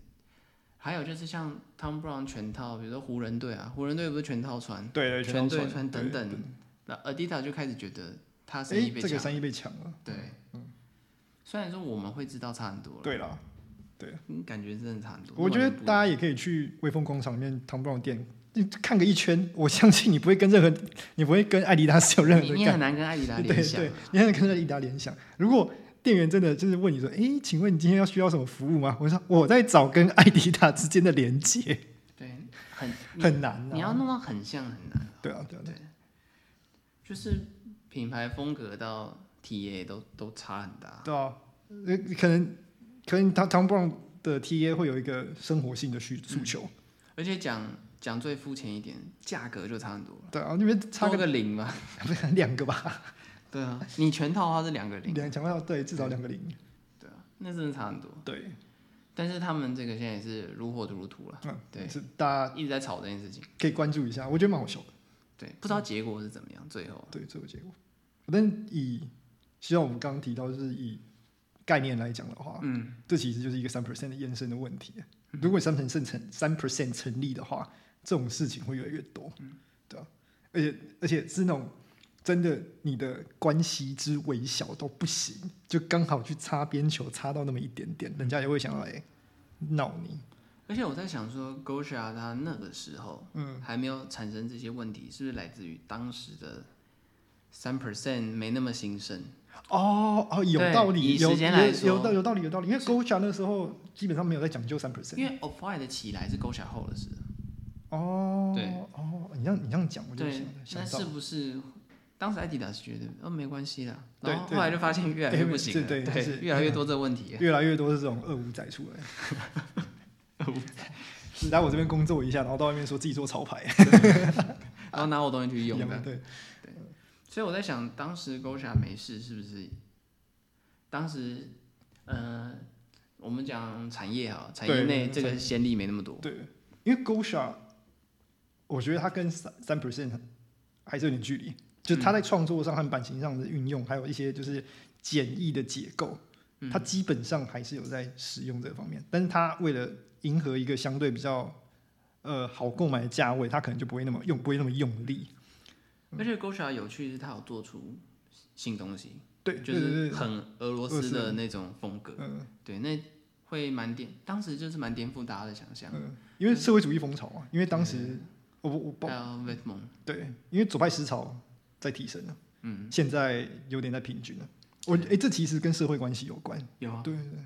Speaker 2: 还有就是像 Tom Brown 全套，比如说湖人队啊，湖人队不是全套穿，
Speaker 1: 对
Speaker 2: 全队
Speaker 1: 对
Speaker 2: 穿等
Speaker 1: 对
Speaker 2: 等，那 Adidas 就开始觉得他生意
Speaker 1: 哎，
Speaker 2: 被
Speaker 1: 这个
Speaker 2: 抢。
Speaker 1: 生意被抢了。
Speaker 2: 对，虽然说我们会知道差很多了，
Speaker 1: 对啦，
Speaker 2: 嗯，感觉真的差很多。
Speaker 1: 我觉得大家也可以去威风工厂里面 Tom Brown 店你看个一圈，我相信你不会跟任何，你不会跟艾迪达斯有任何
Speaker 2: 你
Speaker 1: 的
Speaker 2: 你
Speaker 1: 感
Speaker 2: 很难跟艾迪 达
Speaker 1: 对
Speaker 2: 联想啊
Speaker 1: 对，你还能跟艾迪达联想。如果店员真的就是问你说：“诶，请问你今天要需要什么服务吗？”我说：“我在找跟艾迪达之间的连接，
Speaker 2: 对， 很
Speaker 1: 很难
Speaker 2: 嗯你
Speaker 1: 啊。
Speaker 2: 要弄到很像很难，”
Speaker 1: 对啊，对啊，
Speaker 2: 就是品牌风格到 TA 都都差很大。
Speaker 1: 对啊，呃，可能可能唐唐 Brown 的 TA 会有一个生活性的需诉求，
Speaker 2: 而且讲讲最肤浅一点，价格就差很多，
Speaker 1: 对啊，那边差
Speaker 2: 差
Speaker 1: 个
Speaker 2: 个零嘛。
Speaker 1: 不是两个吧，
Speaker 2: 对啊，你全套的话是两个零，
Speaker 1: 两强要对至少两个零，
Speaker 2: 对啊，那真的差很多。
Speaker 1: 对，
Speaker 2: 但是他们这个现在也是如火如荼了，
Speaker 1: 嗯，
Speaker 2: 对
Speaker 1: 是大家
Speaker 2: 啊一直在吵这件事情。
Speaker 1: 可以关注一下，我觉得蛮好笑的，
Speaker 2: 对，不
Speaker 1: 嗯
Speaker 2: 知道结果是怎么样，最后
Speaker 1: 对这个结果。但以就像我们刚刚提到，就是以概念来讲的话，
Speaker 2: 嗯，
Speaker 1: 这其实就是一个三 percent 的延伸的问题。如果三 percent 成三 percent 成立的话，这种事情会越来越多，
Speaker 2: 嗯
Speaker 1: 对啊，而且而且是那种真的你的关系之微小都不行，就刚好去擦边球擦到那么一点点，
Speaker 2: 嗯
Speaker 1: 人家也会想要来闹你。
Speaker 2: 而且我在想说 g o s h a 他那个时候，
Speaker 1: 嗯，
Speaker 2: 还没有产生这些问题，是不是来自于当时的三 percent 没那么兴盛？
Speaker 1: 哦哦，有
Speaker 2: 对
Speaker 1: 道理，
Speaker 2: 以
Speaker 1: 有
Speaker 2: 时间来
Speaker 1: 有
Speaker 2: 说
Speaker 1: 有道有道理有道理，因为 Gocha 那时候基本上没有在讲究三 percent。
Speaker 2: 因为 Off White 的起来是 g o s h a 后的事，
Speaker 1: 哦，
Speaker 2: 对
Speaker 1: 哦，你这样你这样讲，我就
Speaker 2: 对
Speaker 1: 想，
Speaker 2: 那
Speaker 1: 想到
Speaker 2: 是不是当时 Adidas 觉得哦没关系啦，
Speaker 1: 对
Speaker 2: 然后
Speaker 1: 对
Speaker 2: 后来就发现越来越不行了，
Speaker 1: 对对就是啊
Speaker 2: 越来越多这个问题，
Speaker 1: 越来越多是这种二五仔出来。 只来我这边工作一下，然后到外面说自己做潮牌，
Speaker 2: 然后拿我东西去
Speaker 1: 一
Speaker 2: 用
Speaker 1: 样
Speaker 2: 的
Speaker 1: 的，，对，
Speaker 2: 所以我在想，当时 Gosha 没事是不是？当时，呃，我们讲产业哈，产业
Speaker 1: 对
Speaker 2: 内
Speaker 1: 嗯
Speaker 2: 这个先例没那么多。
Speaker 1: 对，因为 Gosha，我觉得它跟三三 percent 还是有点距离，就是
Speaker 2: 嗯
Speaker 1: 它在创作上和版型上的运用，还有一些就是简易的结构，
Speaker 2: 嗯
Speaker 1: 它基本上还是有在使用这方面，但是它为了迎合一个相对比较呃好购买的价位，它可能就不会那么用，不会那么用力。嗯
Speaker 2: 而且 Gosha 有趣是，它有做出新东西，
Speaker 1: 对，
Speaker 2: 就
Speaker 1: 对对
Speaker 2: 是
Speaker 1: 对
Speaker 2: 很俄罗
Speaker 1: 俄罗
Speaker 2: 斯
Speaker 1: 斯
Speaker 2: 的那种风格。
Speaker 1: 嗯
Speaker 2: 对，那会蛮颠，当时就是蛮颠覆大家的想象。
Speaker 1: 嗯，因为社会主义风潮嘛，因为当时
Speaker 2: 嗯
Speaker 1: 我我我
Speaker 2: 还有 Vetmon，
Speaker 1: 对，因为左派思潮在提升了，
Speaker 2: 嗯，
Speaker 1: 现在有点在平均了。我哎、这其实跟社会关系有关，
Speaker 2: 有啊，
Speaker 1: 对对对，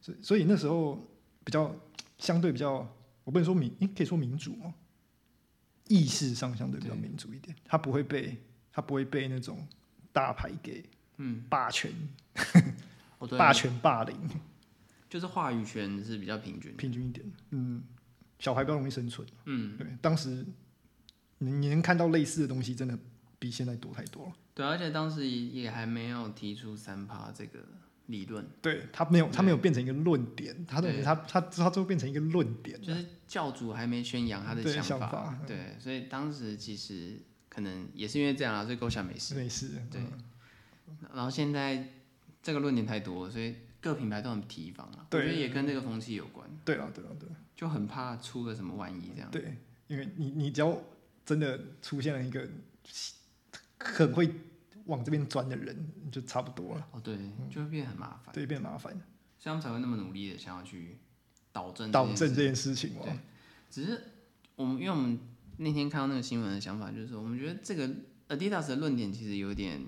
Speaker 1: 所以所以那时候比较相对比较，我不能说民，诶可以说民主吗？意识上相对比较民主一点，它不会被它不会被那种大牌给
Speaker 2: 嗯，
Speaker 1: 霸权、
Speaker 2: 哦对，
Speaker 1: 霸权霸凌，
Speaker 2: 就是话语权是比较平均的。
Speaker 1: 平均一点。嗯，小孩比较容易生存。
Speaker 2: 嗯，
Speaker 1: 对，当时你你能看到类似的东西，真的比现在多太多了。
Speaker 2: 对，而且当时也也还没有提出三趴这个理论。
Speaker 1: 对他没有，他没有变成一个论点，他等于
Speaker 2: 嗯对
Speaker 1: 他他他最后变成一个论点，
Speaker 2: 就是教主还没宣扬他的
Speaker 1: 对
Speaker 2: 想
Speaker 1: 想法嗯
Speaker 2: 对，所以当时其实可能也是因为这样啊，所以勾想没事。
Speaker 1: 没事。
Speaker 2: 对，然后现在这个论点太多，所以各品牌都很提防啊。我
Speaker 1: 对
Speaker 2: 觉得也跟这个风气有关，
Speaker 1: 对啊，对啊，对
Speaker 2: 就很怕出个什么万一这样
Speaker 1: 啊。对，因为你你只要真的出现了一个很会往这边钻的人，就差不多了，
Speaker 2: 哦，对，
Speaker 1: 嗯
Speaker 2: 就会变得很麻烦，
Speaker 1: 对，变麻烦，
Speaker 2: 所以他们才会那么努力的想要去导正这
Speaker 1: 导
Speaker 2: 件
Speaker 1: 正
Speaker 2: 事
Speaker 1: 这件事情嘛。哦
Speaker 2: 对只是我们，因为我们那天看到那个新闻的想法，就是说我们觉得这个 Adidas 的论点其实有点，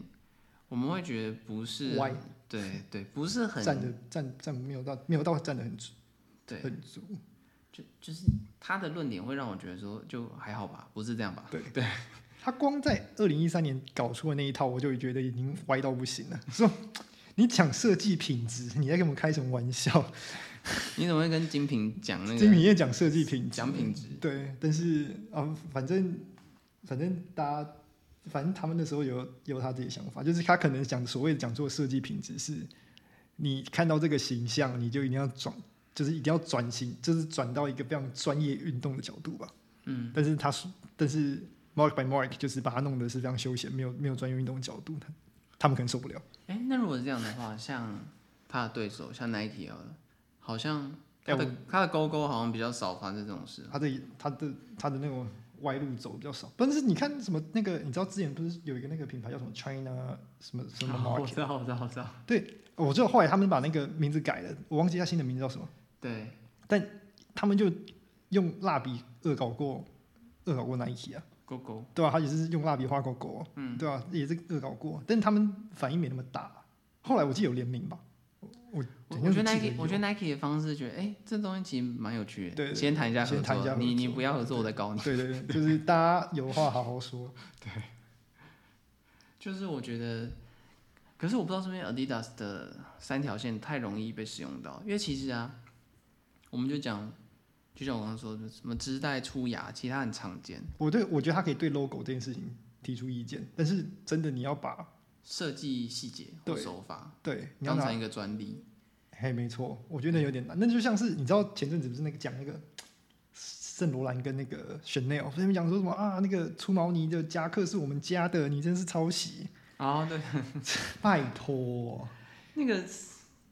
Speaker 2: 我们会觉得不是
Speaker 1: 歪，
Speaker 2: 对对，不是很
Speaker 1: 站的站站没有到没有到站的很足
Speaker 2: 对，
Speaker 1: 很足，
Speaker 2: 就就是他的论点会让我觉得说就还好吧，不是这样吧？
Speaker 1: 对
Speaker 2: 对
Speaker 1: 他光在二零一三年搞出的那一套，我就觉得已经歪到不行了。 说你讲设计品质，你在跟我们开什么玩笑？
Speaker 2: 你怎么会跟精品讲那
Speaker 1: 精
Speaker 2: 个
Speaker 1: 品业讲设计品质，
Speaker 2: 讲品质？
Speaker 1: 对，但是啊、反正反正大家，反正他们那时候有有他自己的想法，就是他可能讲所谓的讲做设计品质是，你看到这个形象，你就一定要转，就是一定要转型，就是转到一个非常专业运动的角度吧。
Speaker 2: 嗯，
Speaker 1: 但是他说，但是 Mark by Mark 就是把它弄的是非常休闲，没有没有专业运动的角度，他他们可能受不了。
Speaker 2: 哎，那如果是这样的话，像他的对手像 Nike 好了，好像他
Speaker 1: 哎
Speaker 2: 的他的勾勾好像比较少发生这种事。
Speaker 1: 他的他的他的那种歪路走比较少。但是你看什么那个，你知道之前不是有一个那个品牌叫什么 China 什么什么
Speaker 2: 哦
Speaker 1: Market？、 哦
Speaker 2: 我知道，我知道，我知道。
Speaker 1: 啊我知道后来他们把那个名字改了，我忘记他新的名字叫什么，
Speaker 2: 对，
Speaker 1: 他们就用蜡笔恶搞过，恶搞过 Nike 啊，
Speaker 2: 勾勾。
Speaker 1: 对吧、他也是用蜡笔画狗狗，嗯，对吧、也是恶搞过，但他们反应没那么大，后来我记得有联名吧，我
Speaker 2: 我我觉得
Speaker 1: 那时
Speaker 2: Nike，
Speaker 1: 候
Speaker 2: 我
Speaker 1: 记
Speaker 2: 觉得 Nike 的方式，觉得哎、这东西其实蛮有趣的。
Speaker 1: 对对
Speaker 2: 先谈一下合
Speaker 1: 先谈一下
Speaker 2: 作，
Speaker 1: 合
Speaker 2: 你你
Speaker 1: 作
Speaker 2: 不要合作，我再告你。
Speaker 1: 啊有对对对，就是大家有话好好说。
Speaker 2: 就是我觉得，可是我不知道这边 Adidas 的三条线太容易被使用到，因为其实啊，我们就讲，就像我刚刚说的，什么织带、出牙，其他很常见。
Speaker 1: 我对我觉得他可以对 logo 这件事情提出意见，但是真的你要把
Speaker 2: 设计细节或
Speaker 1: 对
Speaker 2: 手法
Speaker 1: 对你要
Speaker 2: 当
Speaker 1: 拿，
Speaker 2: 成一个专利，
Speaker 1: 嘿，没错，我觉得有点难。那就像是你知道前阵子不是那个讲那个圣罗兰跟那个 Chanel 他们讲说什么啊，那个出毛呢的夹克是我们家的，你真是抄袭，
Speaker 2: 哦，对，
Speaker 1: 拜托
Speaker 2: 那个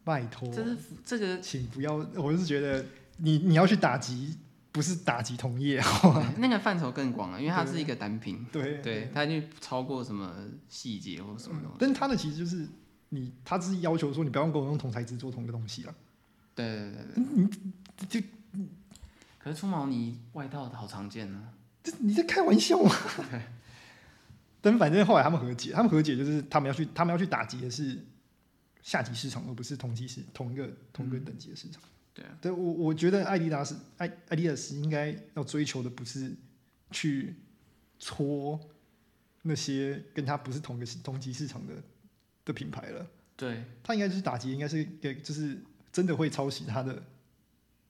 Speaker 1: 拜托，
Speaker 2: 这是服 这个
Speaker 1: 请不要，我是觉得你你要去打击，不是打击同业，好吗？
Speaker 2: 对那个范畴更广了，因为它是一个单品，
Speaker 1: 对
Speaker 2: 对，它就超过什么细节或什么
Speaker 1: 嗯
Speaker 2: 东西。
Speaker 1: 但是他的其实就是你，他只是要求说你不要跟我用同材质做同一个东西了。
Speaker 2: 对对对对，可是出毛呢外套好常见啊呢、
Speaker 1: 这你在开玩笑吗？ 但反正后来他们和解，他们和解就是他们要去，他们要去打击的是下级市场，而不是同级市同一个同一个等级的市场。
Speaker 2: 对啊，
Speaker 1: 对我我觉得艾迪达斯艾艾迪达斯应该要追求的不是去搓那些跟他不是同一个市同级市场的的品牌了，
Speaker 2: 对，
Speaker 1: 他应该就是打击，应该是给就是真的会抄袭他的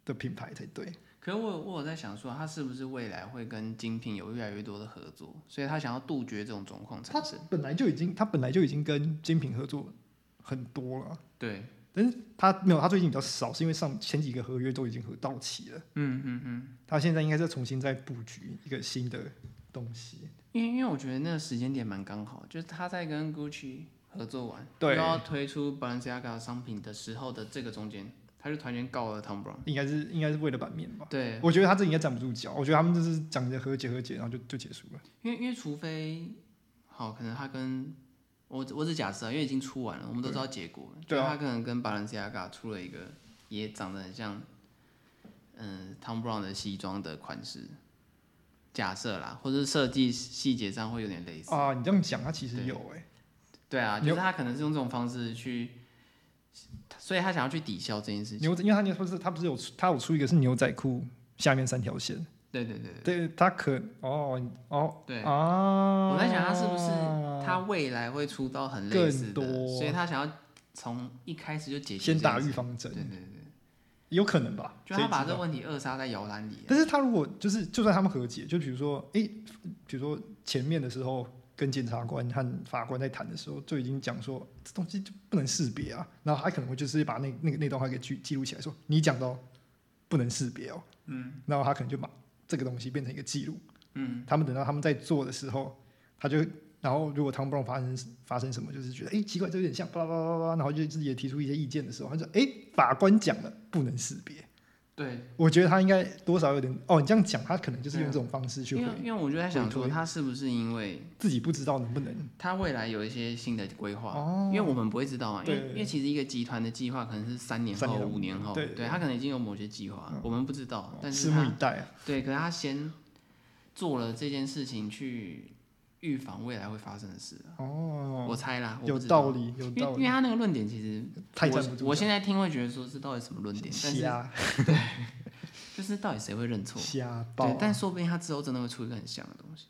Speaker 1: 的品牌才对。
Speaker 2: 可是我有我有在想说，他是不是未来会跟精品有越来越多的合作，所以他想要杜绝这种状况
Speaker 1: 他
Speaker 2: 产生。
Speaker 1: 本来就已经，他本来就已经跟精品合作很多了，
Speaker 2: 对，
Speaker 1: 但是他没有，他最近比较少，是因为上前几个合约都已经和到期了，
Speaker 2: 嗯嗯嗯，
Speaker 1: 他现在应该在重新再布局一个新的东西。
Speaker 2: 因为因为我觉得那个时间点蛮刚好，就是他在跟 Gucci 合作完，
Speaker 1: 对
Speaker 2: 又要推出 Balenciaga 商品的时候的这个中间，他就团员告了 Tom Brown。
Speaker 1: 应该是应该是为了版面吧。
Speaker 2: 对，
Speaker 1: 我觉得他这应该站不住脚，我觉得他们就是讲着和解和解，然后就就结束了。
Speaker 2: 因为因为除非好，可能他跟我我只假设啊，因为已经出完了，我们都知道结果了。
Speaker 1: 对啊
Speaker 2: 就是他可能跟 Balenciaga 出了一个也长得很像，嗯、t o m Brown 的西装的款式，假设啦，或者设计细节上会有点类似。
Speaker 1: 啊，你这样讲，他其实
Speaker 2: 对
Speaker 1: 有哎、
Speaker 2: 对啊，
Speaker 1: 你
Speaker 2: 就
Speaker 1: 有
Speaker 2: 是他可能是用这种方式去，所以他想要去抵消这件事情。
Speaker 1: 牛仔，因为他那不是他不是有出他有出一个是牛仔裤下面三条线，
Speaker 2: 对对对
Speaker 1: 对他可哦哦
Speaker 2: 对对，
Speaker 1: 啊，
Speaker 2: 我在想他是不是他未来会出到很类似的
Speaker 1: 更，多
Speaker 2: 所以他想要从一开始就解决
Speaker 1: 先
Speaker 2: 这件
Speaker 1: 打
Speaker 2: 事
Speaker 1: 预防针
Speaker 2: 对，对对。
Speaker 1: 有可能吧？
Speaker 2: 就他把
Speaker 1: 谁知
Speaker 2: 这
Speaker 1: 道
Speaker 2: 个问题扼杀在摇篮里、啊。
Speaker 1: 但是他如果就是，就算他们和解，就比如说，诶，比如说前面的时候跟检察官和法官在谈的时候，就已经讲说这东西就不能识别啊，然后他可能会就是把那那个那段话给记记录起来说你讲到不能识别哦，嗯，然后他可能就把这个东西变成一个记录，嗯，他们等到他们在做的时候，他就。然后，如果汤布朗发生发生什么，就是觉得诶奇怪，这有点像，巴拉巴拉巴拉，然后就自己也提出一些意见的时候，他就诶法官讲了不能识别，
Speaker 2: 对，
Speaker 1: 我觉得他应该多少有点哦，你这样讲，他可能就是用这种方式去
Speaker 2: 因
Speaker 1: 回，
Speaker 2: 为因为我就在想
Speaker 1: 回
Speaker 2: 说，
Speaker 1: 推
Speaker 2: 他是不是因为
Speaker 1: 自己不知道能不能
Speaker 2: 他未来有一些新的规划？
Speaker 1: 哦
Speaker 2: 因为我们不会知道嘛，啊因
Speaker 1: 对
Speaker 2: 为因为其实一个集团的计划可能是三年
Speaker 1: 三
Speaker 2: 后、
Speaker 1: 年后
Speaker 2: 五年后，
Speaker 1: 对
Speaker 2: 对他可能已经有某些计划
Speaker 1: 嗯，
Speaker 2: 我们不知道，但是
Speaker 1: 拭目以
Speaker 2: 他
Speaker 1: 待啊。
Speaker 2: 对，可是他先做了这件事情去预防未来会发生的事啊，
Speaker 1: 哦，
Speaker 2: 我猜啦，我
Speaker 1: 有
Speaker 2: 不知道
Speaker 1: 道，理，有
Speaker 2: 因为
Speaker 1: 道
Speaker 2: 因为
Speaker 1: 理，
Speaker 2: 他那个论点其实
Speaker 1: 太站不
Speaker 2: 我
Speaker 1: 住
Speaker 2: 我
Speaker 1: 脚。
Speaker 2: 现在听会觉得说这到底什么论点，但是
Speaker 1: 瞎
Speaker 2: 就是到底谁会 认错？
Speaker 1: 瞎
Speaker 2: 对
Speaker 1: 报，。啊
Speaker 2: 但说不定他之后真的会出一个很像的东西。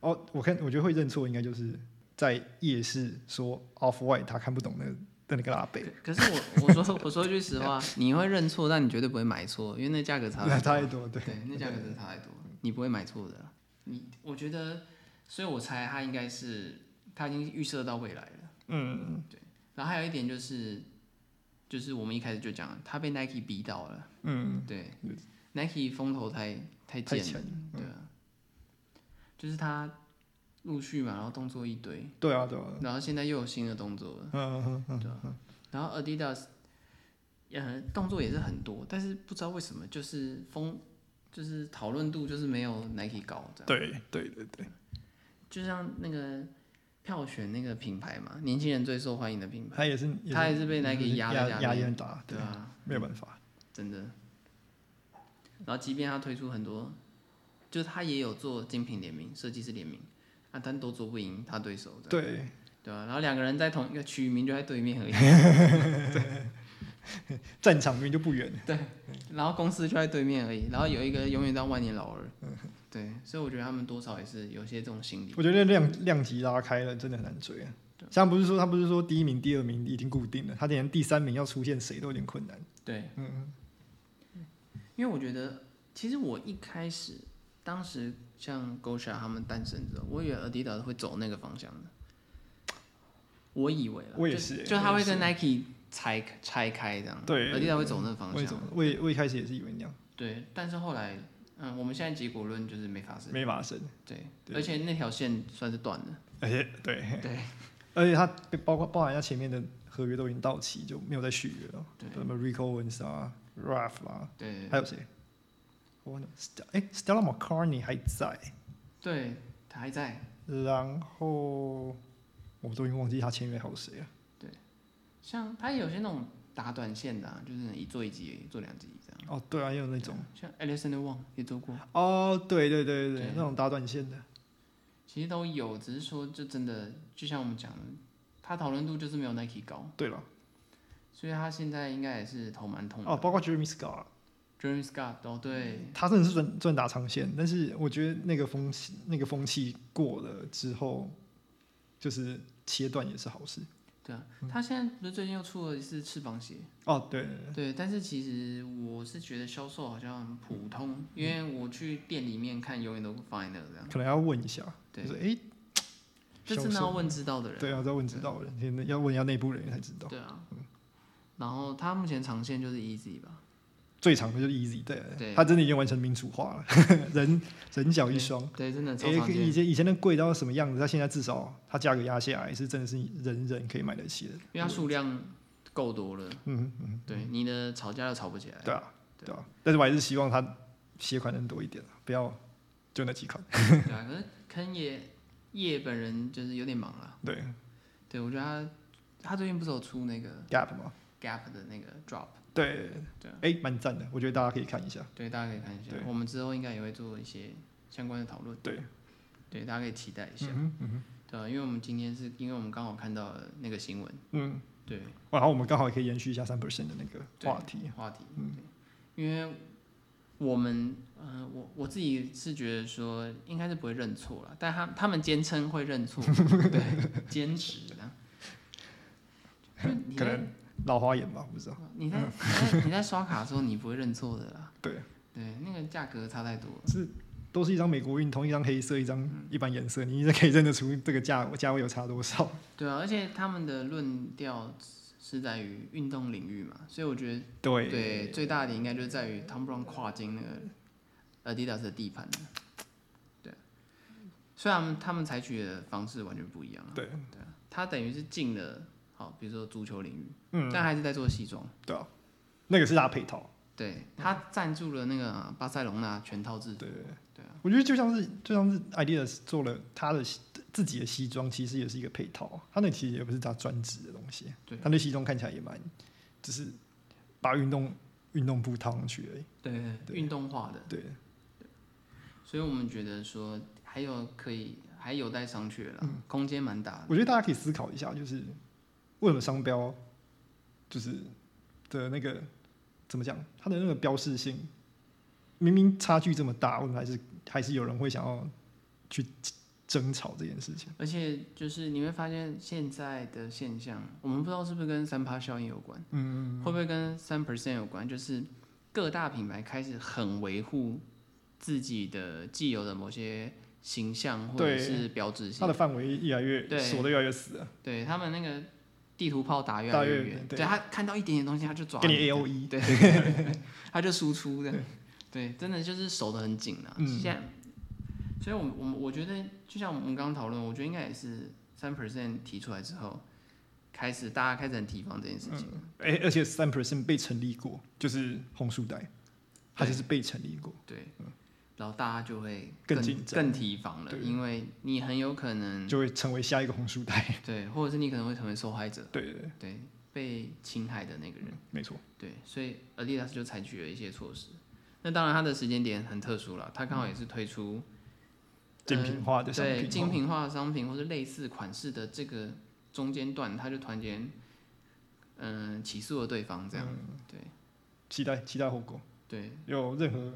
Speaker 1: 哦，我看我觉得会认错，应该就是在夜市说 off white，他看不懂那个的那个拉贝，
Speaker 2: 可可是我我说我说句实话，你会认错，但你绝对不会买错，因为那价格差太
Speaker 1: 那
Speaker 2: 多。
Speaker 1: 太多对
Speaker 2: 对，那价格真的差太多，你不会买错的啦。你我觉得，所以我猜他应该是他已经预设到未来了。
Speaker 1: 嗯，
Speaker 2: 然后还有一点就是，就是我们一开始就讲了，他被 Nike 逼到了。
Speaker 1: 嗯，
Speaker 2: 对，Nike 风头太太
Speaker 1: 太嗯
Speaker 2: 贱了
Speaker 1: 强，
Speaker 2: 对啊，就是他陆续嘛，然后动作一堆，
Speaker 1: 对啊，对啊，
Speaker 2: 然后现在又有新的动作了。
Speaker 1: 嗯嗯嗯，
Speaker 2: 然后 Adidas，呃，动作也是很多，但是不知道为什么就是风，就是讨论度就是没有 Nike 高，这样。
Speaker 1: 对对对对，
Speaker 2: 就像那个票选那个品牌嘛，年轻人最受欢迎的品牌，
Speaker 1: 他也是，也
Speaker 2: 他也是被 Nike 压
Speaker 1: 压
Speaker 2: 在
Speaker 1: 压
Speaker 2: 下
Speaker 1: 力
Speaker 2: 面，
Speaker 1: 很大，
Speaker 2: 对
Speaker 1: 对，
Speaker 2: 啊，
Speaker 1: 没有办法，
Speaker 2: 真的。然后即便他推出很多，就是他也有做精品联名、设计师联名，啊，但都做不赢他对手的。
Speaker 1: 对，
Speaker 2: 对吧、然后两个人在同一个区，名就在对面而已，
Speaker 1: 战场明明就不远，
Speaker 2: 然后公司就在对面而已，然后有一个永远当万年老二，对，所以我觉得他们多少也是有些这种心理，
Speaker 1: 嗯我觉得量量级拉开了，真的很难追啊。像不是说他不是说第一名、第二名已经固定了，他连第三名要出现谁都有点困难。
Speaker 2: 对，
Speaker 1: 嗯
Speaker 2: 因为我觉得其实我一开始当时像 Gosha 他们诞生之后，我以为 Adidas 会走那个方向的，我以为啦，
Speaker 1: 我也
Speaker 2: 就是
Speaker 1: 欸
Speaker 2: 就
Speaker 1: 我
Speaker 2: 他
Speaker 1: 也
Speaker 2: 会
Speaker 1: 是
Speaker 2: 跟 Nike 拆拆开这样，
Speaker 1: 对
Speaker 2: ，Adidas 会走那个方
Speaker 1: 我也
Speaker 2: 向，
Speaker 1: 我也我一开始也是以为那样，
Speaker 2: 对，但是后来，嗯，我们现在结果论就是没发生，
Speaker 1: 没发生。
Speaker 2: 对，
Speaker 1: 对
Speaker 2: 而且那条线算是断了，
Speaker 1: 而且对
Speaker 2: 对，
Speaker 1: 而且他被包括包含他前面的合约都已经到期，就没有再续约了。
Speaker 2: 对
Speaker 1: 什么 Rico Owens 啊、Ralph 啊，
Speaker 2: 对对
Speaker 1: 还有谁？我忘了，St- 哎，Stella McCartney 还在，
Speaker 2: 对，他还在，
Speaker 1: 然后我都已经忘记他签约还有谁了。
Speaker 2: 像他有些那种打短线的、啊，就是一做一集，做两集这样，
Speaker 1: 哦，对啊，也有那种。
Speaker 2: 像 Alexander Wang 也做过，
Speaker 1: 哦，对对对对
Speaker 2: 对
Speaker 1: 对，那种打短线的。
Speaker 2: 其实都有，只是说就真的就像我们讲的，他讨论度就是没有 Nike 高，
Speaker 1: 对了，
Speaker 2: 所以他现在应该也是头蛮痛的。
Speaker 1: 哦，包括 Jeremy Scott，
Speaker 2: Dream Scott 哦对，
Speaker 1: 他真的是赚赚大长线，但是我觉得那个风气那个风气过了之后，就是切断也是好事。
Speaker 2: 对啊，
Speaker 1: 嗯
Speaker 2: 他现在不是最近又出了一次翅膀鞋，
Speaker 1: 哦，对对对
Speaker 2: 对，但是其实我是觉得销售好像很普通，因为
Speaker 1: 嗯
Speaker 2: 我去店里面看永远都放在那这样，
Speaker 1: 可能要问一下，
Speaker 2: 啊对
Speaker 1: 就是哎，
Speaker 2: 这
Speaker 1: 销
Speaker 2: 真的要
Speaker 1: 售
Speaker 2: 问知道的人，
Speaker 1: 对啊，要问知道人，现在要问一下内部人员才知道。
Speaker 2: 对啊，然后他目前长线就是 Easy 吧，
Speaker 1: 最长的就是 Easy，对
Speaker 2: 对
Speaker 1: 他真的已经完成民主化了， 人人脚一双。
Speaker 2: 对，真的超
Speaker 1: 诶
Speaker 2: 长
Speaker 1: 以
Speaker 2: 线，
Speaker 1: 前以前那贵到什么样子，他现在至少他价格压下来，是真的是人人可以买得起的。
Speaker 2: 因为它数量够多了，
Speaker 1: 嗯嗯，
Speaker 2: 对，你的吵架都吵不起 来，
Speaker 1: 对啊，对啊。但是我还是希望他鞋款能多一点啊，不要就那几款。
Speaker 2: 对啊，可是坑爷叶本人就是有点忙了，
Speaker 1: 啊对
Speaker 2: 对我觉得他他最近不是有出那个
Speaker 1: ，Gap 嘛，
Speaker 2: Gap 的那个 Drop，
Speaker 1: 对
Speaker 2: 对啊，
Speaker 1: 哎，蛮赞的，我觉得大家可以看一下。
Speaker 2: 对，大家可以看一下
Speaker 1: 对，
Speaker 2: 我们之后应该也会做一些相关的讨论，
Speaker 1: 对，
Speaker 2: 对，大家可以期待一下，
Speaker 1: 嗯嗯
Speaker 2: 对啊，因为我们今天是因为我们刚好看到了那个新闻，
Speaker 1: 嗯，
Speaker 2: 对
Speaker 1: 然后我们刚好也可以延续一下三 percent 的那个
Speaker 2: 对
Speaker 1: 话题。
Speaker 2: 话题，
Speaker 1: 嗯
Speaker 2: 对，因为我们呃，我我自己是觉得说应该是不会认错了，但他他们坚称会认错，对，坚持的。就你
Speaker 1: 可
Speaker 2: 在
Speaker 1: 能老花眼吧，我不知道。
Speaker 2: 你在你在你在刷卡的时候，你不会认错的啦。
Speaker 1: 对
Speaker 2: 对，那个价格差太多了。
Speaker 1: 都是一张美国运通，一张黑色，一张
Speaker 2: 嗯
Speaker 1: 一般颜色，你应该可以认得出这个价价位有差多少。
Speaker 2: 对啊，而且他们的论调是在于运动领域嘛，所以我觉得
Speaker 1: 对
Speaker 2: 对最大的应该就是在于 Tom Brown 跨进那个 Adidas 的地盘了。对，虽然他们采取的方式完全不一样啊，
Speaker 1: 对
Speaker 2: 他等于是进了好，比如说足球领域，
Speaker 1: 嗯，
Speaker 2: 但还是在做西装。
Speaker 1: 对啊，那个是大配套。
Speaker 2: 对他赞助了那个啊巴塞隆纳全套制服，
Speaker 1: 对，
Speaker 2: 对啊，
Speaker 1: 我觉得就像是就像是 Ideas 做了他的西自己的西装，其实也是一个配套，他那其实也不是他专职的东西，
Speaker 2: 对啊
Speaker 1: 他那西装看起来也蛮，只是把运动运动布套上去而已。
Speaker 2: 对
Speaker 1: 对
Speaker 2: 运动化的，
Speaker 1: 对，
Speaker 2: 所以我们觉得说还有可以还有待商榷了，
Speaker 1: 嗯
Speaker 2: 空间蛮大的。
Speaker 1: 我觉得大家可以思考一下，就是为什么商标就是的那个怎么讲，它的那个标示性明明差距这么大，为什么还是还是有人会想要去争吵这件事情？
Speaker 2: 而且就是你会发现现在的现象，我们不知道是不是跟三趴效应有关，嗯，会不会跟三 percent 有关？就是各大品牌开始很维护自己的既有的某些形象或者
Speaker 1: 对
Speaker 2: 是标志性
Speaker 1: 它的，范围越来越
Speaker 2: 对
Speaker 1: 锁的越来越死了，
Speaker 2: 对他们那个地图炮打越
Speaker 1: 打
Speaker 2: 来
Speaker 1: 越
Speaker 2: 越
Speaker 1: 远
Speaker 2: 远，
Speaker 1: 对
Speaker 2: 对他看到一点点东西他就抓
Speaker 1: 给你
Speaker 2: 这
Speaker 1: A
Speaker 2: 样
Speaker 1: O E。
Speaker 2: 对，他就输出的，对，真的就是守得很紧啊。
Speaker 1: 嗯
Speaker 2: 现在，所以我们我们我觉得，就像我们刚刚讨论，我觉得应该也是三 percent 提出来之后，开始大家开始很提防这件事情。
Speaker 1: 哎、而且三 percent 被成立过，就是红书带，它就是被成立过。
Speaker 2: 对，然后大家就会
Speaker 1: 嗯更
Speaker 2: 更
Speaker 1: 紧张
Speaker 2: 更提防了，
Speaker 1: 对
Speaker 2: 因为你很有可能
Speaker 1: 就会成为下一个红书带，
Speaker 2: 对，或者是你可能会成为受害者，
Speaker 1: 对对对，
Speaker 2: 对，被侵害的那个人。
Speaker 1: 没错，
Speaker 2: 对，所以 Adidas 就采取了一些措施。那当然，它的时间点很特殊了，它刚好也是推出
Speaker 1: 精品化的商
Speaker 2: 呃对
Speaker 1: 品，哦
Speaker 2: 精品化的商品或者类似款式的这个中间段，他就突然间嗯、起诉了对方这样，
Speaker 1: 嗯
Speaker 2: 对
Speaker 1: 期待期待后果。
Speaker 2: 对，
Speaker 1: 有任何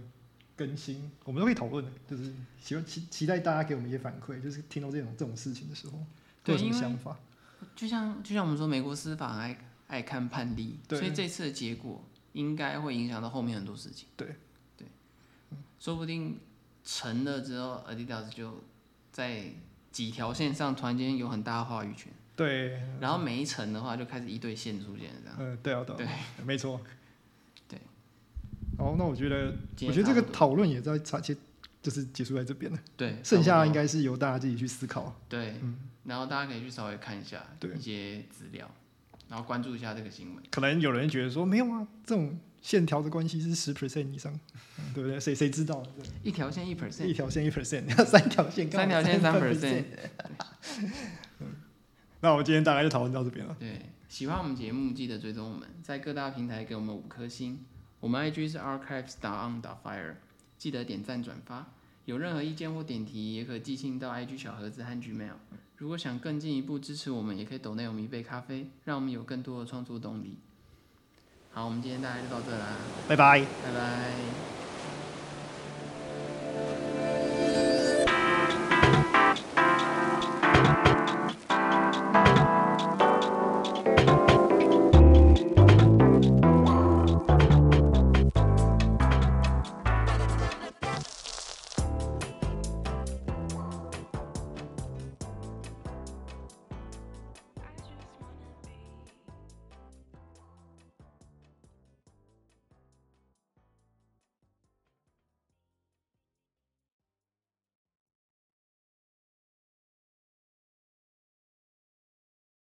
Speaker 1: 更新，我们都可以讨论的。就是希望期期待大家给我们一些反馈，就是听到这种这种事情的时候，会
Speaker 2: 对
Speaker 1: 有什么
Speaker 2: 因为
Speaker 1: 想法？
Speaker 2: 就像就像我们说，美国司法很爱爱看判例，
Speaker 1: 对
Speaker 2: 所以这次的结果应该会影响到后面很多事情。
Speaker 1: 对
Speaker 2: 对，说不定成了之后，Adidas 就在几条线上突然间有很大的话语权，
Speaker 1: 对，
Speaker 2: 然后每一层的话就开始一对线出现了这样。
Speaker 1: 呃，对啊，对啊，没错。
Speaker 2: 对。
Speaker 1: 好，那我觉得，
Speaker 2: 今
Speaker 1: 我
Speaker 2: 天
Speaker 1: 觉得这
Speaker 2: 差
Speaker 1: 个
Speaker 2: 不多
Speaker 1: 讨论也在差结，就是结束在这边了。
Speaker 2: 对，
Speaker 1: 剩下应
Speaker 2: 该
Speaker 1: 该是由大家自己去思考。
Speaker 2: 对，然后大家可以去稍微看一下
Speaker 1: 对
Speaker 2: 一些资料，然后关注一下这个新闻。
Speaker 1: 可能有人觉得说，没有啊，这种线条的关系是十 percent 以上，嗯对不对？谁谁知道？
Speaker 2: 一条线一
Speaker 1: 对一
Speaker 2: percent，
Speaker 1: 条线一 percent，三 条线干
Speaker 2: 三
Speaker 1: 嘛
Speaker 2: 条线三
Speaker 1: percent。那我嗯们今天大概就讨论到这边了。
Speaker 2: 对，喜欢我们节目记得追踪我们，在各大平台给我们五颗星。我们 IG 是 archives on fire，记得点赞转发。有任何意见或点题，也可寄信到 IG 小盒子和 Gmail。如果想更进一步支持我们，也可以抖内我们一杯咖啡，让我们有更多的创作动力。好，我们今天大概就到这啦，
Speaker 1: 拜拜。
Speaker 2: 拜拜。